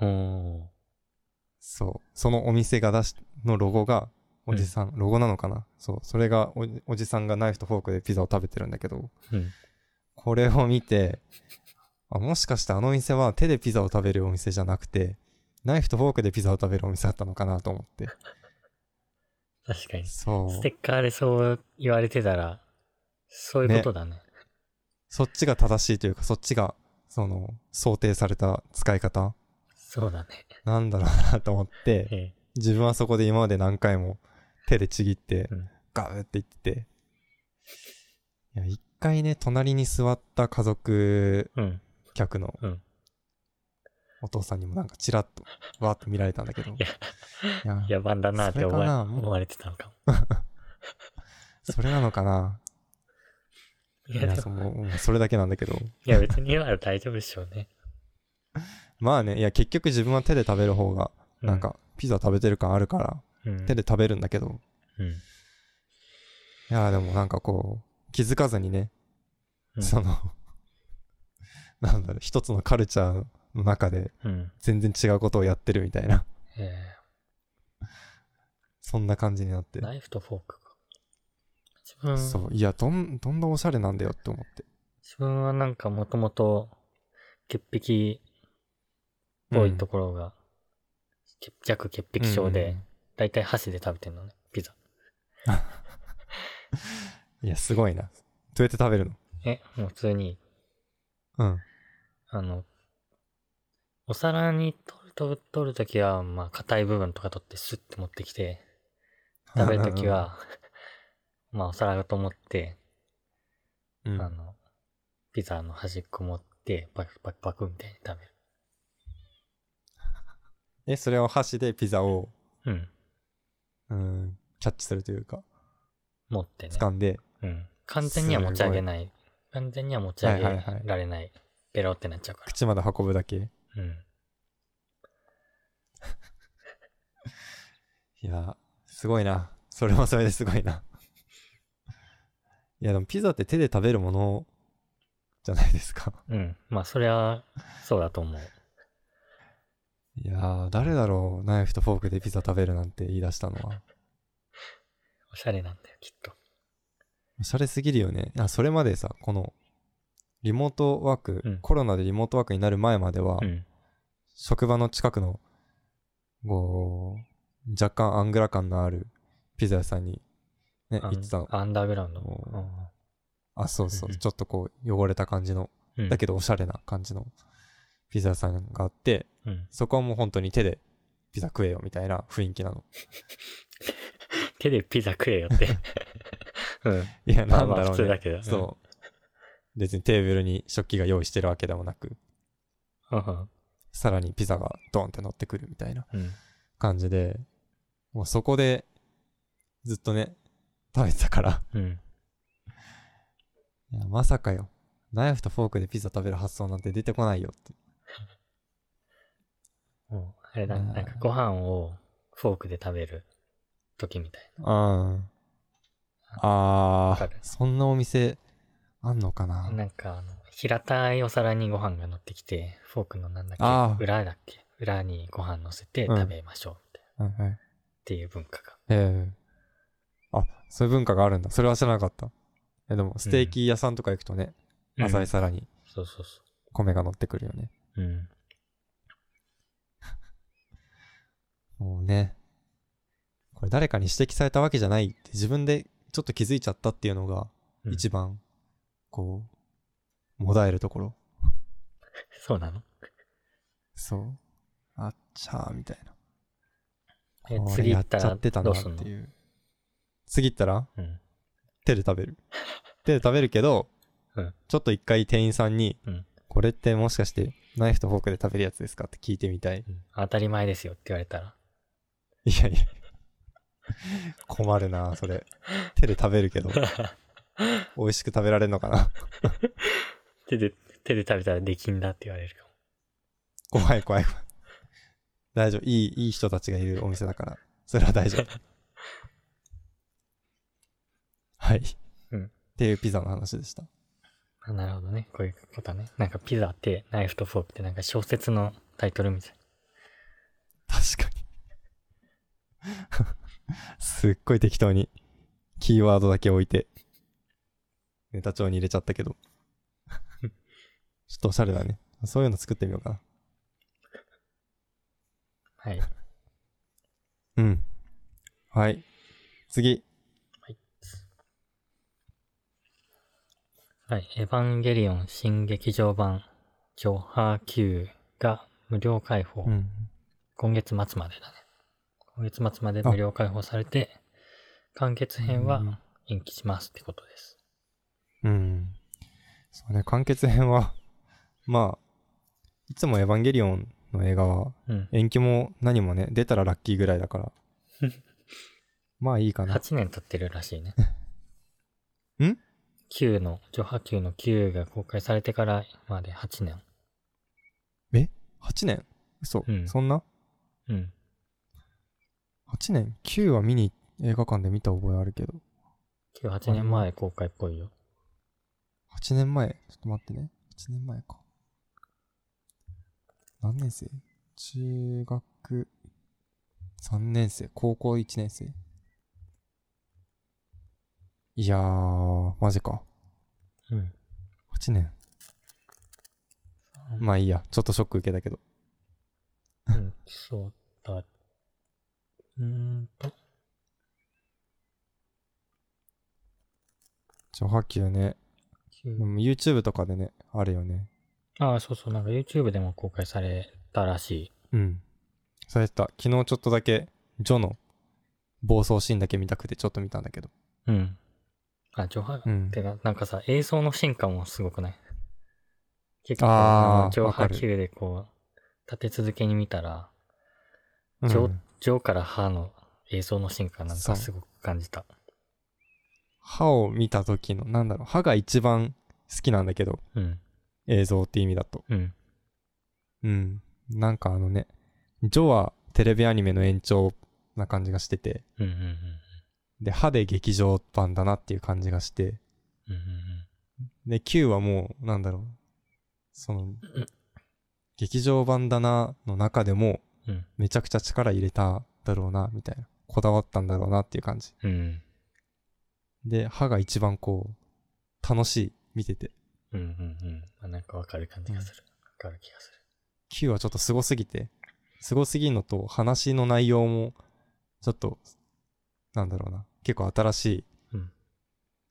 おー
そう。そのお店が出し、のロゴが、おじさん、ロゴなのかなそう。それがおじ、おじさんがナイフとフォークでピザを食べてるんだけど、
うん。
これを見て、あ、もしかしてあのお店は手でピザを食べるお店じゃなくて、ナイフとフォークでピザを食べるお店だったのかなと思って。
確かに。
そ
ス
う
テ。ッカーでそう言われてたら、そういうことだね。
そっちが正しいというか、そっちが、その、想定された使い方
そうだね。
なんだろうなと思って、
え
自分はそこで今まで何回も手でちぎって
うん、
ガーって言ってて、いや、一回ね、隣に座った家族
え。うん。
客の
うん
お父さんにもなんかチラッと、わーっと見られたんだけど、い
や
や
野蛮だなって思
それか
わ
なもう
思われてたのかも。
それなのかないい
や、
や、
で
そ
も
もうもうそれだけなんだけど、
いや別に今なら大丈夫でしょうね。
まあね、いや、結局自分は手で食べる方が、
う
なん、か、ピザ食べてる感あるから、
うん
手で食べるんだけど、
うん
いや、でもなんかこう、気づかずにね、
うん
その、なんだろう、一つのカルチャーの中で
うん。
全然違うことをやってるみたいな、
え
そんな感じになって
え。ナイフとフォークか。自分、
そう、いや、どん、どんなおしゃれなんだよって思って。
自分はなんかもともと、潔癖っぽいところが、け弱潔癖症
うん
で、だいたい箸で食べてんのね、ピザ。
いや、すごいな。どうやって食べるの
え、もう普通に、
うん。
あの、お皿に取る取る取るときは、まあ、硬い部分とか取ってスッて持ってきて、食べるときは、 まあ、お皿と思って、
うん、うん
あの、ピザの端っこ持って、パクパクパクみたいに食
え、それを箸でピザを、
べる。うん。
うん、キャッチするというか、
持ってね。
掴んで、
うん。完全には持ち上げない。完全には持ち上げ
はいはいはい
られない。ペロってなっちゃうから。
口まで運ぶだけ。
うん。
いや、すごいな。それもそれですごいな。いや、でもピザって手で食べるものじゃないですか。
うん。まあ、それは、そうだと思う。
いやー、誰だろう、ナイフとフォークでピザ食べるなんて言い出したのは。
おしゃれなんだよ、きっと。
おしゃれすぎるよね。あ、それまでさ、この、リモートワーク、
うん
コロナでリモートワークになる前までは、
うん。
職場の近くの、こう、若干アングラ感のあるピザ屋さんに、ね、
あ
行ってたの。
アンダーグラウンド。
お
う
ー
ん
あ、そうそうう、
んうん
ちょっとこう、汚れた感じの、
うん。
だけどおしゃれな感じのピザ屋さんがあって、
うん。
そこはもう本当に手でピザ食えよみたいな雰囲 気なの。
手でピザ食えよって。うん。
いや、
ま
な
あ
んだ
ま
ろう
あ、
ね。
普通だけど。
そう。別にテーブルに食器が用意してるわけでもなく、
うん。うん
さらにピザがドンって乗ってくるみたいな
うん。
感じで、もうそこでずっとね、食べてたから。
うん。
いやまさかよ。ナイフとフォークでピザ食べる発想なんて出てこないよって。
もう、あれだ、
うん
なんかご飯をフォークで食べる時みたい
ああ。
わ
あ
か
あ
る。
そんなお店あんのか
な。
な
なんか、あの、平たいお皿にご飯が乗ってきて、フォークのなんだ
あ
っ
ー
け、裏だっけ、裏にご飯乗せて
うん
食べましょうみたいな、
はいはい。
っていう文化が。
ええあ、そういう文化があるんだ。それは知らなかった。え、でも、ステーキ屋さんとか行くとね、浅い
うん
皿に
そうそうそ
米が乗ってくるよね。
う。うん。
もうね。これ誰かに指摘されたわけじゃないって自分でちょっと気づいちゃったっていうのが、
うん
一番、こう、もだえるところ。
そうなの
そう。あっちゃーみたいな。
え
これ
次行った
やっちゃ
ら
ってた
ど
な
う
っ
すんの
ていう。次行ったら
うん。
手で食べる。手で食べるけど、
うん
ちょっと一回店員さんに、
うん
これってもしかしてナイフとフォークで食べるやつですかって聞いてみたい。
当たり前ですよって言われたら。
いやいや。困るな、それ。手で食べるけど。美味しく食べられるのかな。
手で、手で食べたらできんだって言われるかも。
怖い怖い怖い。大丈夫。いい、いい人たちがいるお店だから。それは大丈 夫。はい。
うん
っていうピザの話でした。
あなるほどね。こういうことね。なんかピザってナイフとフォークってなんか小説のタイトルみたい。
確かに。 すっごい適当に、キーワードだけ置いて、ネタ帳に入れちゃったけど。ちょっとおしゃれだね。そういうの作ってみようかな。
はい。
うん。はい。次。
はい。エヴァンゲリオン新劇場版ジョハ Q が無料開放。
うん。
今月末までだね。今月末まで無料開放されて、完結編
うん
は延期しますってことです。
うん。そうね、完結編は、まあ、いつもエヴァンゲリオンの映画は、
うん。
延期も何もね、出たらラッキーぐらい だから。まあいいかな。
8年経ってるら しいね。
ん
?9 の、ジョハ Q の Q が公開されてからまで8年。
8年嘘、
うん
そんな
うん。
8年 ?9 は見に映画館で見た覚えあるけど
9、8年前公開っぽいよ。
8年前ちょっと待ってね8年前か何年生中学3年生高校1年生いやーマジか
うん。
8年まあいいやちょっとショック受けたけど
うん、そうだ。うーんと、
ちょ波球ねで
9
も YouTube とかでねあるよね
ああ、そうそう、なんか YouTube でも公開されたらしい。
うん。されてた。昨日ちょっとだけ、ジョの暴走シーンだけ見たくてちょっと見たんだけど。
うん。あ、上波、
うん
てか、なんかさ、映像の進化もすごくない結構、あ
あー
の上
わか
波
る
級でこう、立て続けに見たら、
うん
上、上から歯の映像の進化なん
そう
かすごく感じた。
歯を見た時の、なんだろう、歯が一番好きなんだけど、
うん、
映像って意味だと。
うん、
うん。なんかあのね、ジョはテレビアニメの延長な感じがしてて、
うん、うん、うん、うん、
で、歯で劇場版だなっていう感じがして、
うん
で、Q はもう、なんだろう、その
うん、
劇場版だなの中でも、
うん、うん
めちゃくちゃ力入れただろうな、みたいな。こだわったんだろうなっていう感じ。
うん、
で、歯が一番こう、楽しい、見てて。
うん、うん、うんあ、なんかわかる感じがする。わかる気がす
Q はちょっとすごすぎて、すごすぎるのと、話の内容も、ちょっと、なんだろうな、結構新しい
る。うん。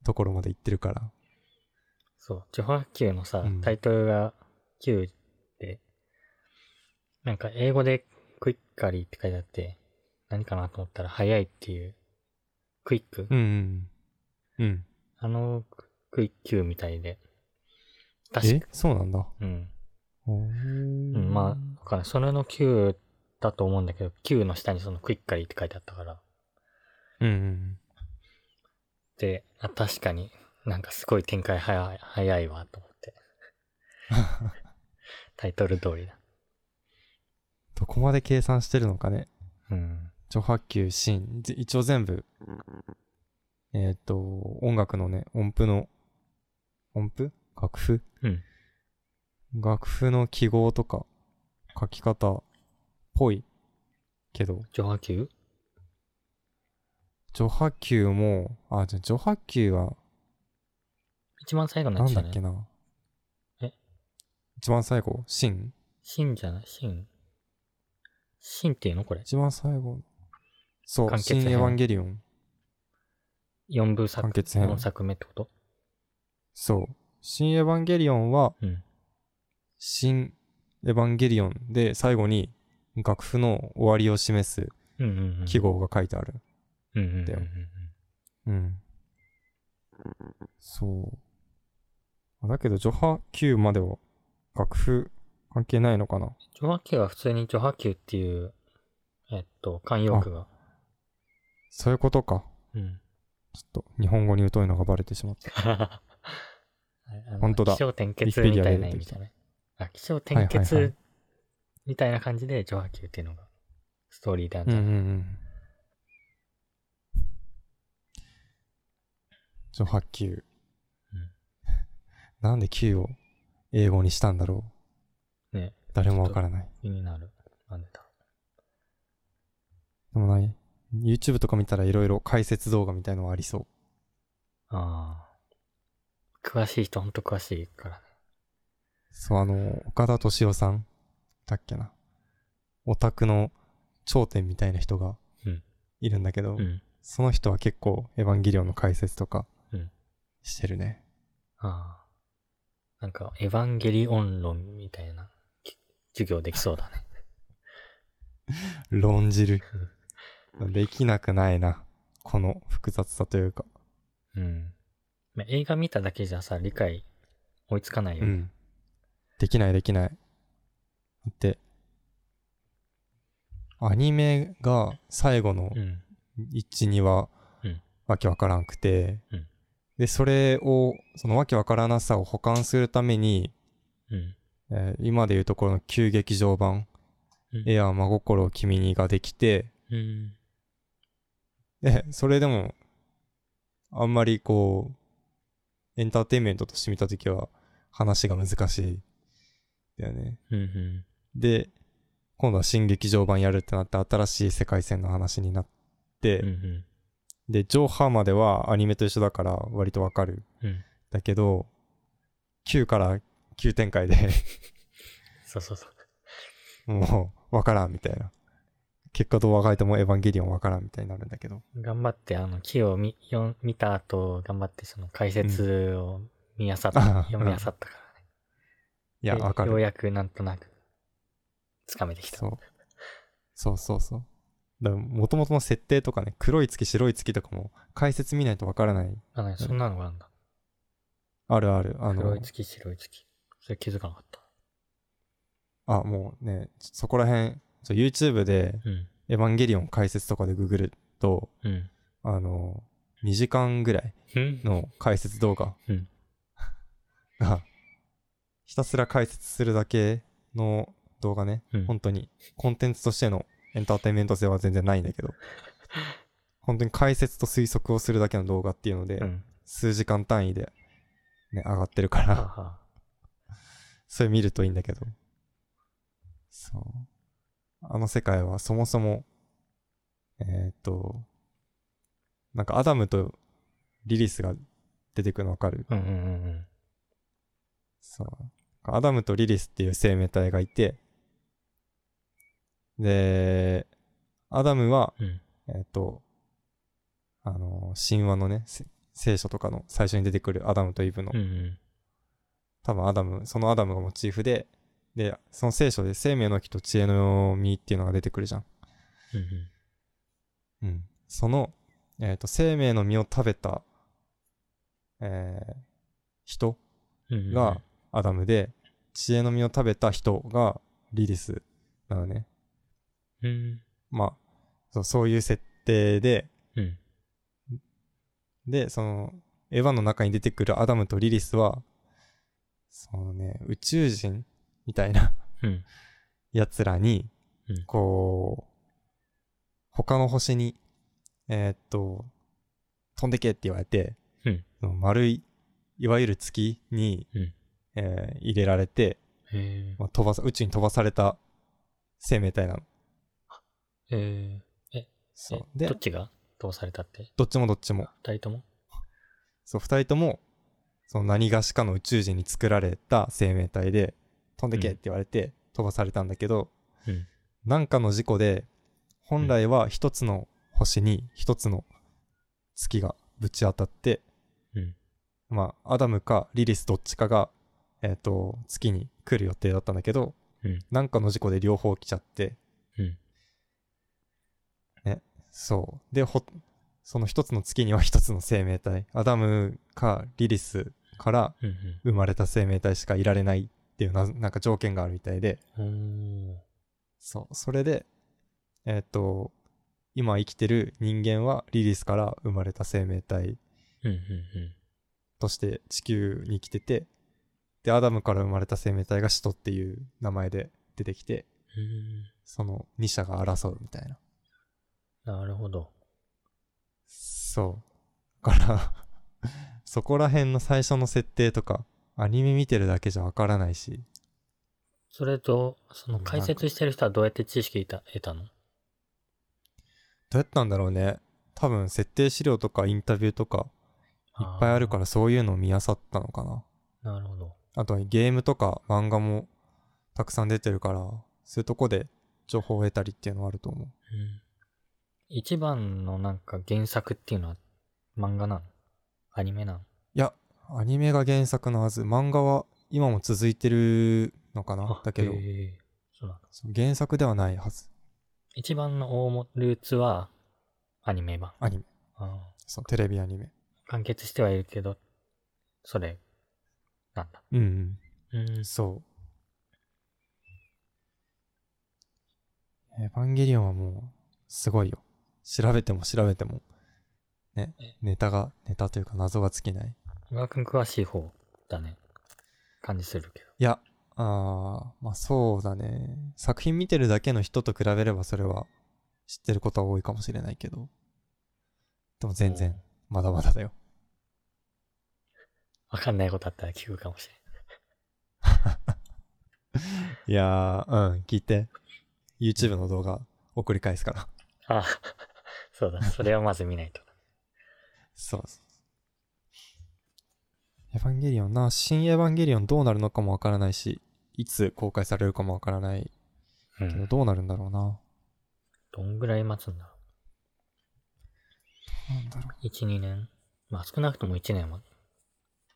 ところまで行ってるから。
そう、ジョハ Q のさ、
うん
タイトルが Q で、なんか英語でクイッカリーって書いてあって、何かなと思ったら早いっていう、クイック、
うんうんうん。うん。
あのクイッ Q みたいで、
え
確か、
そうなんだ。
うん、
おー
うん、まあ、わかんない。それの Q だと思うんだけど、Q の下にそのクイッカリーって書いてあったから、
うんうん。
で、あ、確かになんかすごい展開早い、早いわと思って、タイトル通りだ。
どこまで計算してるのかね。
うん、
超波及シーン、ぜ一応全部、えーっ、と、音楽のね、音符の、音符楽譜
うん、
楽譜の記号とか、書き方っぽいけど、
ジョハ Q?
序波球も、あ、じゃあ序波球は、
一番最後のや
な
つ
ん
だ
だ
ね
っけ。な。
え
一番最後シーン
芯じゃない芯芯っていうのこれ。
一番最後。そう、
完結
シ
編
ンエヴァンゲリオン。
4部作
完結編
4作目ってこと
そう。シンエヴァンゲリオンは、
うん。
新エヴァンゲリオンで最後に楽譜の終わりを示す
うんうんうん。
記号が書いてあ
う
る。
んうんうんうん
だようん。そう。だけど、ジョハ Q までは楽譜関係ないのかな
ジョハ級は普通にジョハ級っていう、ええっと、慣用句が。
そういうことか。
うん。
ちょっと日本語に疎いのがバレてしまった。
あの
本当だ
気象点結みたいな意
Wikipedia で出
味
てき
じ
た
ゃない。あ、気象
は
点
いはいは
結
い
みたいな感じで、上波球っていうのが、ストーリーである
うんん
じ
う
ゃ
ん
ない
うん。ちょ、発球。
うん
なんで球を英語にしたんだろ
ね
う。誰もわからない。
気になる。なんでだろ
でもない。YouTube とか見たらいろいろ解説動画みたいのはありそう。
う。ああ。詳しい人、ほんと詳しいからね。
そう、あの、岡田敏夫さんだっけな。オタクの頂点みたいな人が
うん
いるんだけど、
うん。
その人は結構エヴァンゲリオンの解説とか
うん
してるね。
ああ。なんか、エヴァンゲリオン論みたいな、き授業できそうだね。
論じる。できなくないな。この複雑さというか。
うん。まあ映画見ただけじゃさ、理解追いつかないよ
う
ね。
ん。できないできない。で、アニメが最後の
うん。
1、2は
うん
わけわからんくて、
うん
で、それを、そのわけわからなさを補完するために、
うん。
えー今でいうところの旧劇場版、
うん
エアー真心を君にができて、
うん。
で、 それでも、あんまりこう、エンターテインメントとして見たときは、話が難しい。だよね。
うん。うん。
で、今度は新劇場版やるってなって、新しい世界線の話になって、
うんうん。
で、ジョーハーまではアニメと一緒だから、割とわかる。
うん
だけど、9から9展開で、
そうそうそう。
もう、わからんみたいな。結果どうあがいてもエヴァンゲリオンわからんみたいになるんだけど。
頑張って、あの、木を見、よん見た後、頑張ってその解説を見あさった、
うん
読みあさったからね。
いや、
で
わかる
よう。やくなんとなく、つかめてきた。
そう。そうそうそう。だから、もともとの設定とかね、黒い月、白い月とかも、解説見ないとわからない。
あ、何そんなのがあるんだ。
あるある。あ
黒
の
い、月、白い月。それ気づかなかった。
あ、もうね、ちょそこら辺、ちょ YouTube で、
うん。
エヴァンゲリオン解説とかでググると、
うん。
あの、2時間ぐらい
うん
の解説動画
うん
が、ひたすら解説するだけの動画ね。
うん
本当に、コンテンツとしてのエンターテインメント性は全然ないんだけ ど、本当に解説と推測をするだけの動画っていうので、
うん。
数時間単位で、ね、上がってるか
はあ
ら、
は
それ見るといいんだけど。そう。あの世界はそもそも、えーっと、なんかアダムとリリスが出てくるのわかる
あ。うんうんうんうん。
そう。アダムとリリスっていう生命体がいて、で、アダムは、
うん
えーっと、あの、神話のね、せ聖書とかの最初に出てくるアダムとイブの
うんうん。
多分アダム、そのアダムがモチーフで、で、その聖書で生命の木と知恵の実っていうのが出てくるじゃん。
うん
うん。その、えっ、と、生命の実を食べた、えー人
うん。うんうん
が、アダムで、知恵の実を食べた人がリリスなのね。
うん。
まあ、そうそういう設定で、
うん。
で、その、エヴァの中に出てくるアダムとリリスは、そのね、宇宙人みたいな
うん。
やつらに
うん、
こう、他の星に、えーっと、飛んでけって言われて、
うん
その丸い、いわゆる月に、
うん
えー入れられて、
へえ。
まあ、飛ばさ宇宙に飛ばされた生命体なの。
えー、
そ
え
うで
どっ、ちがどうされたって
どっちもどっちも。
二人とも
そう、二人とも、その何がしかの宇宙人に作られた生命体で、飛んでけって言われて飛ばされたんだけど、
うん
なんかの事故で、本来は一つの星に一つの月がぶち当たって、
うん。
まあ、アダムかリリスどっちかが、えっ、と、月に来る予定だったんだけど、
うん
なんかの事故で両方来ちゃって、
うん
ね、そう。で、ほ、その一つの月には一つの生命体、アダムかリリスから
うん
生まれた生命体しかいられないっていうな、なんか条件があるみたいで、
うん。おー
そう。それで、えっ、と、今生きてる人間はリリスから生まれた生命体
うんうん
として地球に来てて、で、アダムから生まれた生命体が使徒っていう名前で出てきて、
うん。うん
その2者が争うみたいな。
なるほど。
そう。だから、 そこら辺の最初の設定とか、アニメ見てるだけじゃわからないし、
それと、その解説してる人はどうやって知識得た得たの
どうやったんだろうね。多分、設定資料とかインタビューとか、いっぱいあるからそういうのを見漁ったのかな。
ら。なるほど。
あとゲームとか漫画もたくさん出てるから、そういうとこで情報を得たりっていうのはあると思う。
うん。一番のなんか原作っていうのは漫画なのアニメなの
いや、アニメが原作のはず、漫画は今も続いてるのかなだけど
へ、えそうなんだ。
そう原作ではないはず。
一番の大もルーツはアニメ版。
アニメ。
ああ
そう、テレビアニメ。
完結してはいるけど、それ、なんだ。
うん、
うん
うん。。そう。エヴァンゲリオンはもう、すごいよ。調べても調べても、ね
え、
ネタが、ネタというか謎が尽きない。
小川くん詳しい方だね。感じするけど。
いや、あーまあそうだね。作品見てるだけの人と比べればそれは知ってることは多いかもしれないけど。でも全然、まだまだだよ。
わかんないことあったら聞くかもしれない。
いやー、うん、聞いて。YouTube の動画送り返すから。
あ あそうだ。それをまず見ないと。
そうそう。エヴァンゲリオンな、新エヴァンゲリオンどうなるのかもわからないし、いつ公開されるかもわからない
うん
けど、どうなるんだろうな。
どんぐらい待つんだろ
なんだろう。
う。1、2年。まあ少なくとも1年は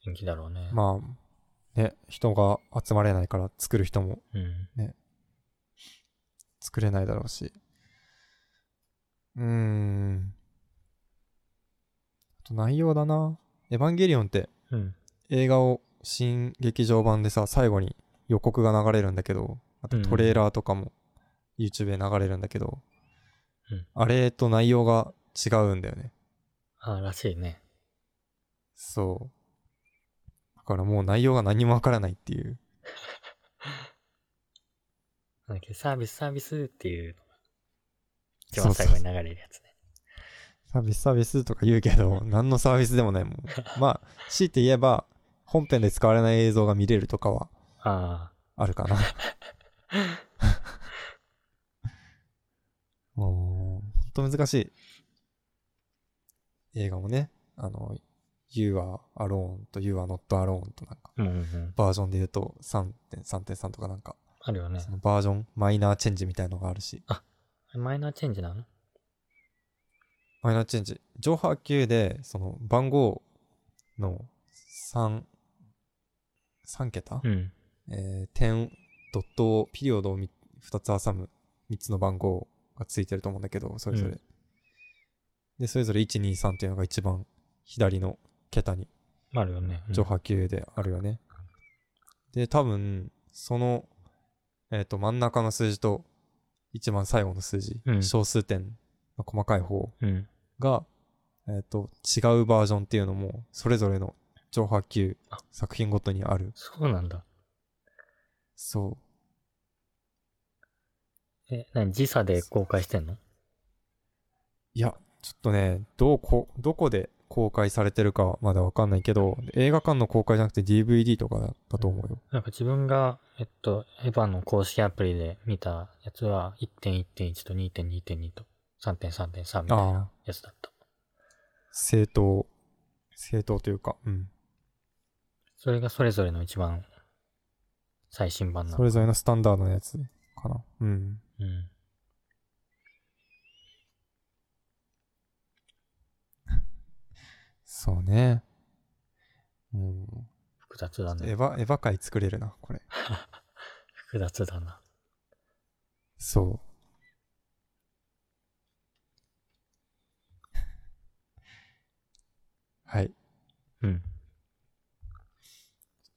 人気だろうね。
まあ、ね、人が集まれないから作る人も
うん。
作れないだろうし。うーん。あと内容だな。エヴァンゲリオンって
うん。
映画を新劇場版でさ、最後に予告が流れるんだけど、あとトレーラーとかも YouTube で流れるんだけど、
うん
あれと内容が違うんだよね。
ああ、らしいね。
そう。だからもう内容が何もわからないっていう。
なんだっけ、サービス、サービスっていうのが、一
そう
番
そ
最
う
後に流れるやつね。
サービスサービスとか言うけど、何のサービスでも ないもん。まあ、強いて言えば、本編で使われない映像が見れるとかは
あ
あるか な。もう、ほんと難しい。映画もね、あの、You are alone と You are not alone となんか、
あ、うんうんうん。
バージョンで言うと3.3.3とかなんか、
あるよね
そ。のバージョン、マイナーチェンジみたいのがあるし、
マイナーチェンジなの
マイナーチェンジ。上波級で、その番号の3、3桁、
うん。
えー点、ドット、ピリオドを2つ挟む3つの番号がついてると思うんだけど、それぞれ。
うん
で、それぞれ1、2、3っていうのが一番左の桁に
あるよね。うん
上波級であるよね。で、多分、その、えっ、と、真ん中の数字と一番最後の数字、
うん
小数点の細かい方
うん。
が、えっと違うバージョンっていうのもそれぞれの上波級作品ごとにある
そうなんだ。
そ
え、何時差で公開してんの
ういやちょっとねどうこどこで公開されてるかまだわかんないけど映画館の公開じゃなくて DVD とかだったと思うよ
なんか自分が、えっと、エヴァの公式アプリで見たやつは、1.1.1と2.2.2と3.3.3みたい
あ
な
あ
やつだった。
正当正当というかうん
それがそれぞれの一番最新版なの
それぞれのスタンダードのやつかなうん
うん。
そうねも
複雑だ
うエ
ね。
ヴァエヴァ界作れるなこれ
複雑だな。
そう。 はい。ち
う
ょ
ん。
っ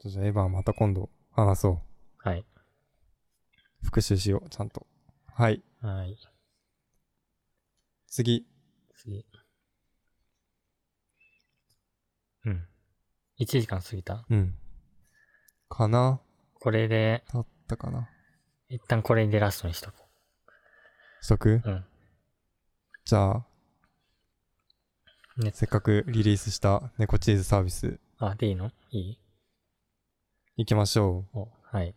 とじゃあエヴァはまた今度話そ
はい。
う。復習しよう、ちゃんと。はい。
はい。
次。
次。うん。1時間過ぎた
うん。かな
これで、
だったかな
一旦これでラストにしとこ
しとく
う。うん。
じゃあ、
ね、
せっかくリリースした猫チーズサービス、
あ、でいいのいい
行きましょ
お、はい。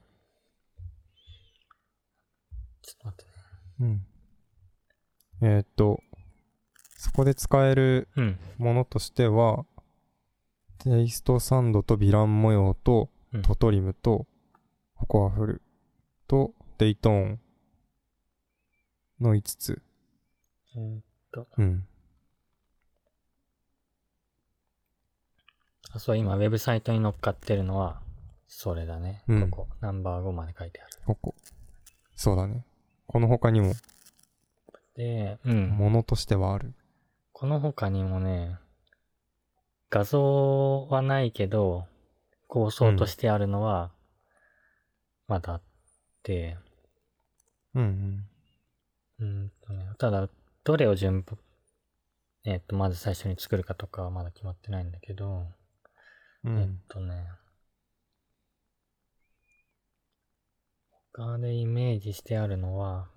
ちょっと待ってね。
う。うん。えーっと、そこで使える
うん。
ものとしては、テイストサンドとヴィラン模様と
うん、
トトリムと、ホコアフルと、デイトーンの5つ。
えーっと、
うん。
あ、そう、今、ウェブサイトに乗っかってるのは、それだね。
うん
ここ、ナンバー5まで書いてある。
ホコ。そうだね。この他にも、
で、うん。
ものとしてはある。
この他にもね、画像はないけど、構想としてあるのは、まだあって、
うん
うんとね、ただ、どれを順番、えっ、と、まず最初に作るかとかはまだ決まってないんだけど、
うん。う
えっ
ん。
とね、他でイメージしてあるのは、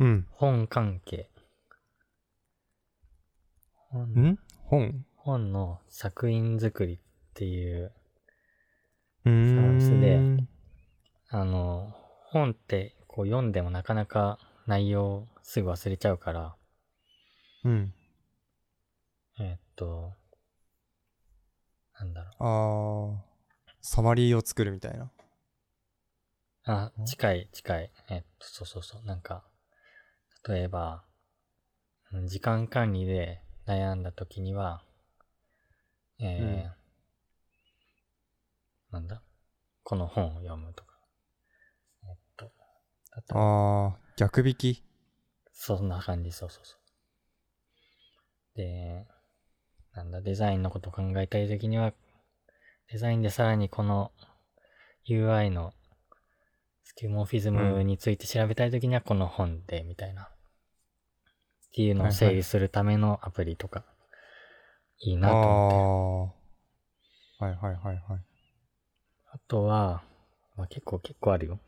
うん。
本関係。本
ん本
本の作品作りっていう、
うー
サービスで
ん。
あの、本ってこう読んでもなかなか内容すぐ忘れちゃうから、
うん。
えっと、なんだろう。
あー、サマリーを作るみたいな。
あ
う、ん
近い、近い。えっと、そうそうそう。なんか、例えば、うん時間管理で悩んだ時には、えー
うん
なんだこの本を読むとか。えっと、あと
あー、逆引き。
そんな感じ、そうそうそう。で、なんだ、デザインのこと考えたいときには、デザインでさらにこの UI のスキューモフィズムについて調べたいときにはこの本で、みたいな。っていうのを整理するためのアプリとか、いい
あ
な
ー。
と思って。
はいはいはいはい。
あとは、まあ、結構結構あるよ。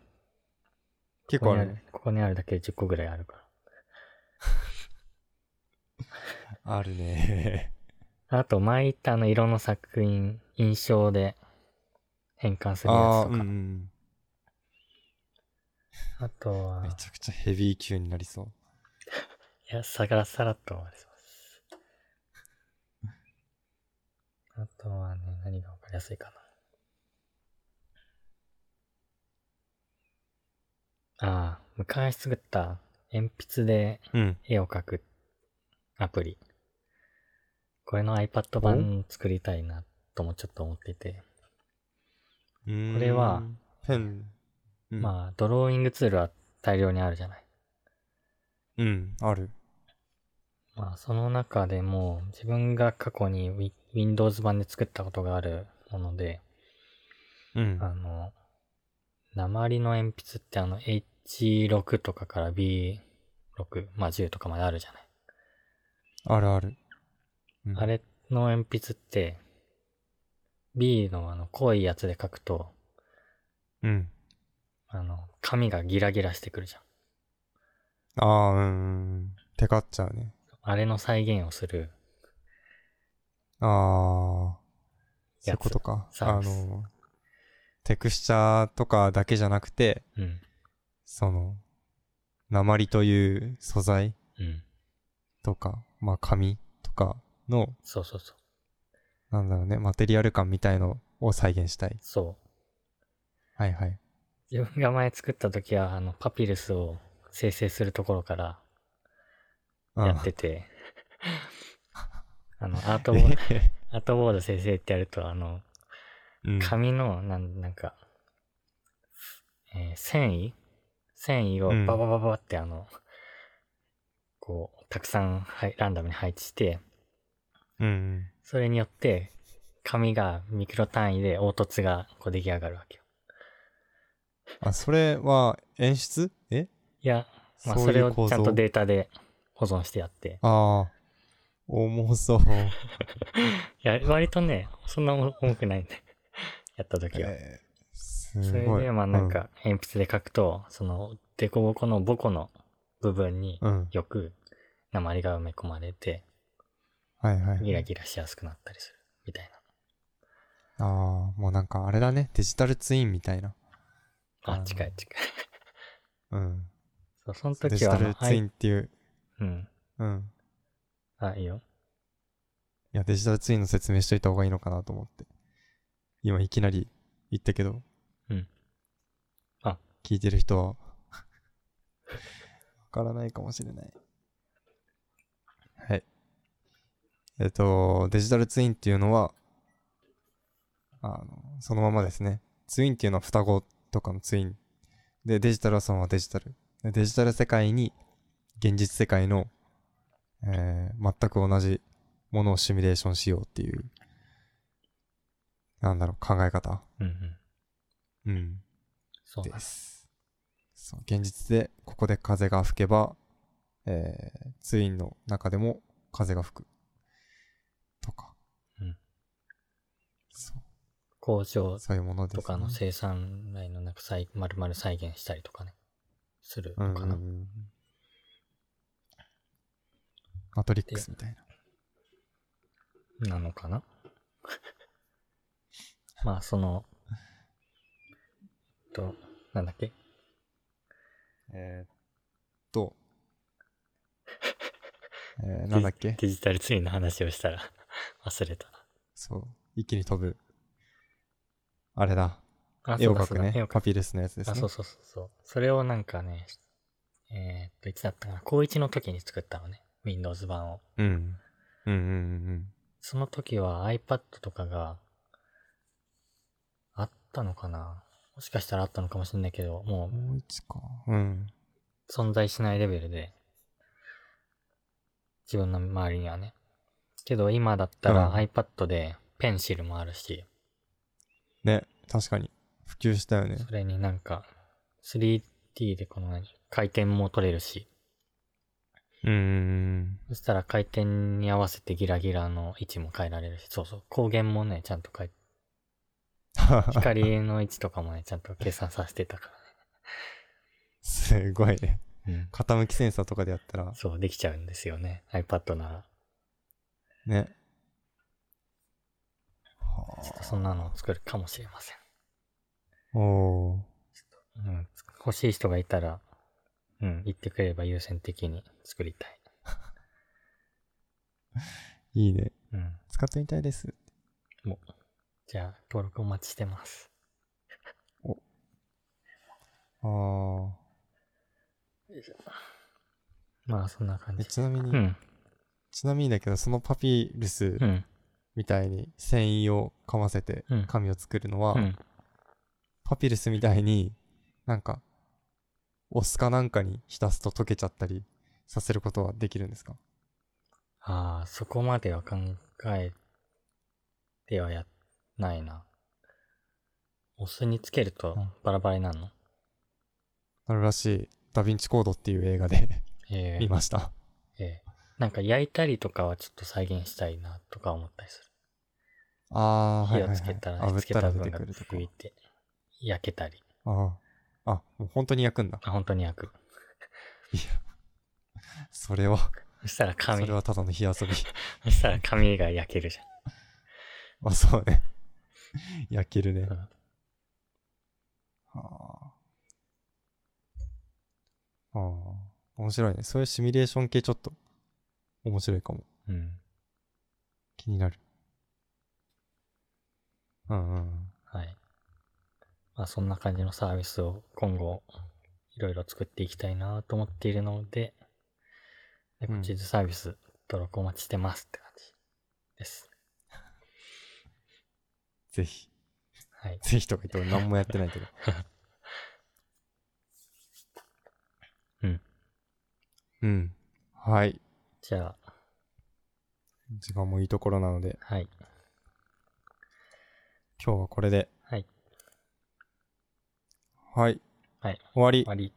結
ここ
構
に
あ
あ
る
る
ね。
ここにあるだけで10個ぐらいあるから。
あ るね。
あと、前言ったあの色の作品、印象で変換するや
あ
つ
ー、
と
うんう
か。
ん。
あとは、
めちゃくちゃヘビー級になりそう。
いや、さらさらっと終わります。あとはね、何がわかりやすいかな。ああ、昔作った鉛筆で
うん。
絵を描くアプリ。これの iPad 版作りたいなともちょっと思ってて。これは、
ペン。うん、
まあ、ドローイングツールは大量にあるじゃない。
うん、ある。
まあ、その中でも、自分が過去にウィ Windows 版で作ったことがあるもので、
うん。
あの、鉛の鉛筆ってあの、H6 とかから B6、まあ10とかまであるじゃない。
あるある。うん
あれの鉛筆って、B のあの、濃いやつで書くと、
うん。
あの、紙がギラギラしてくるじゃん。
あー、うんうん。テカっちゃうね。
あれの再現をする。
あー。そうい
や
う
つ
ことか。
サー
あ
ビス
の、テクスチャーとかだけじゃなくて、
うん。
その、鉛という素材
うん。
とか、まあ紙とかの、
そうそうそう。
なんだろうね、マテリアル感みたいのを再現したい。
そう。
はいはい。
自分が前作った時は、あの、パピルスを生成するところから
うん
やって て、あの、アートボード、アートボード生成ってやると、あの、
うん
紙の、なんなんか、えー繊維繊維を
うん
バババババってあの、こう、たくさん、はい、ランダムに配置して、
うん。
それによって、紙がミクロ単位で凹凸がこう出来上がるわけよ。
あ、それは演出え
いや、まあ、
そうい
そ
う
れを
構
ち
造
ゃんとデータで保存してやって。
ああ、重 そう。
いや、割とね、そんな重くないんで。 やった時は。
えーすごい。
それで、まあなんか、鉛筆で書くと、その、凸凹のボコの部分に
うん、うん。
よく、鉛が埋め込まれて、
はいはい。
ギラギラしやすくなったりする。みたい
ああ、もうなんかあれだね。デジタルツインみたいな。
な。
う
あ、
ん
近い 近い。
うん。
そうその
デ
時
ジ
は
タ
あの、
ルツインっていう、
はいうん。
うん。
あ、いいよ。
いや、デジタルツインの説明しといた方がいいのかなと思って。今いきなり言ったけど。
うん。あ。
聞いてる人は 、わからないかもしれない。はい。えっと、デジタルツインっていうのは、あの、そのままですね。ツインっていうのは双子とかのツイン。で、デジタルはそのままデジタル。でデジタル世界に現実世界の、えー全く同じものをシミュレーションしようっていう、なんだろう、考え方。
うんうん。
うん。
そう
で
だ。
す。そう、現実で、ここで風が吹けば、えー、ツインの中でも風が吹く。とか。
うん。
そう、
工場
そういうものです、
とかの生産ラインのなんか再、まるまる再現したりとかね、する
う
の
ん
か
う
な。
んうん。マトリックスみたいな。
なのかな まあ、その、えっと、なんだっけ
えー、っと、えー、なんだっけ
デジタルツインの話をしたら 忘れたな。
そう、一気に飛ぶ。あれだ。
あ、
絵
そ
を
うだ
描
そ
く
うだ、絵
ね
を。描
パピルスのやつです
あ、
ね。
そうそうそうそう。それをなんかね、えーっと、いつだったかな、高1の時に作ったのね。Windows 版を。
うん。うんうんうん
その時は iPad とかが、あったのかなもしかしたらあったのかもしれないけど、も
う。
うん
もう一か。うん。
存在しないレベルで、自分の周りにはね。けど今だった
う
ら
ん
iPad でペンシルもあるし、
ね、確かに。普及したよね。
それになんか 3D でこの何回転も取れるし、
うんうん
そしたら回転に合わせてギラギラの位置も変えられるし、そうそう、光源もね、ちゃんと変え、
うん。
光の位置とかもね、ちゃんと計算させてたか
すごいね。
らね。
傾きセンサーとかでやっ たら、
そう、できちゃうんですよね。iPad なら。
ね。
ちょっとそんなのを作るかもしれません。
おー。
うん、欲しい人がいたら、うん、言ってくれれば優先的に作りたい。
いいね。
うん。
使ってみたいです。
じゃあ、登録お待ちしてます。
あー。
まあ、そんな感
え
じ。
ちなみに、
うん。
ちなみにだけど、そのパピルス
うん。
みたいに繊維を噛ませて
うん
紙を作るのは、
うん。
パピルスみたいになんか、お酢かなんかに浸すと溶けちゃったりさせることはできるんですか
ああ、そこまでは考えてはや、ないな。お酢につけると
うん
バラバラになるの、
あるらしい、ダヴィンチコードっていう映画で
ええ
見ました。
ええなんか焼いたりとかはちょっと再現したいなとか思ったりする。
ああー、は
火
い
を
はい、はい。
つけたら、
炙っ
つけ
た
た
ら出て
分が
くるとか
吹。いて、焼けたり。
ああ。あ、もう本当に焼くんだ。
あ、本当に焼く。
それは、
そしたら
そ
紙
れはただの火遊び。
そしたら髪が焼けるじ
まあそうね。焼けるね。
ゃん。
はあ。ああ。面白いね。そういうシミュレーション系ちょっと面白いかも。
うん。
気になる。うんうん。
はい。まあそんな感じのサービスを今後いろいろ作っていきたいなと思っているので、レコチーズサービス登録お待ちしてますって感じです。
ぜひ。
はい。
ぜひとか言って俺何もやってないけど。
うん。
うん。はい。
じゃあ、
時間もいいところなので、
はい。
今日はこれで。
はい。
はい。
はい。
終わり
終。わり。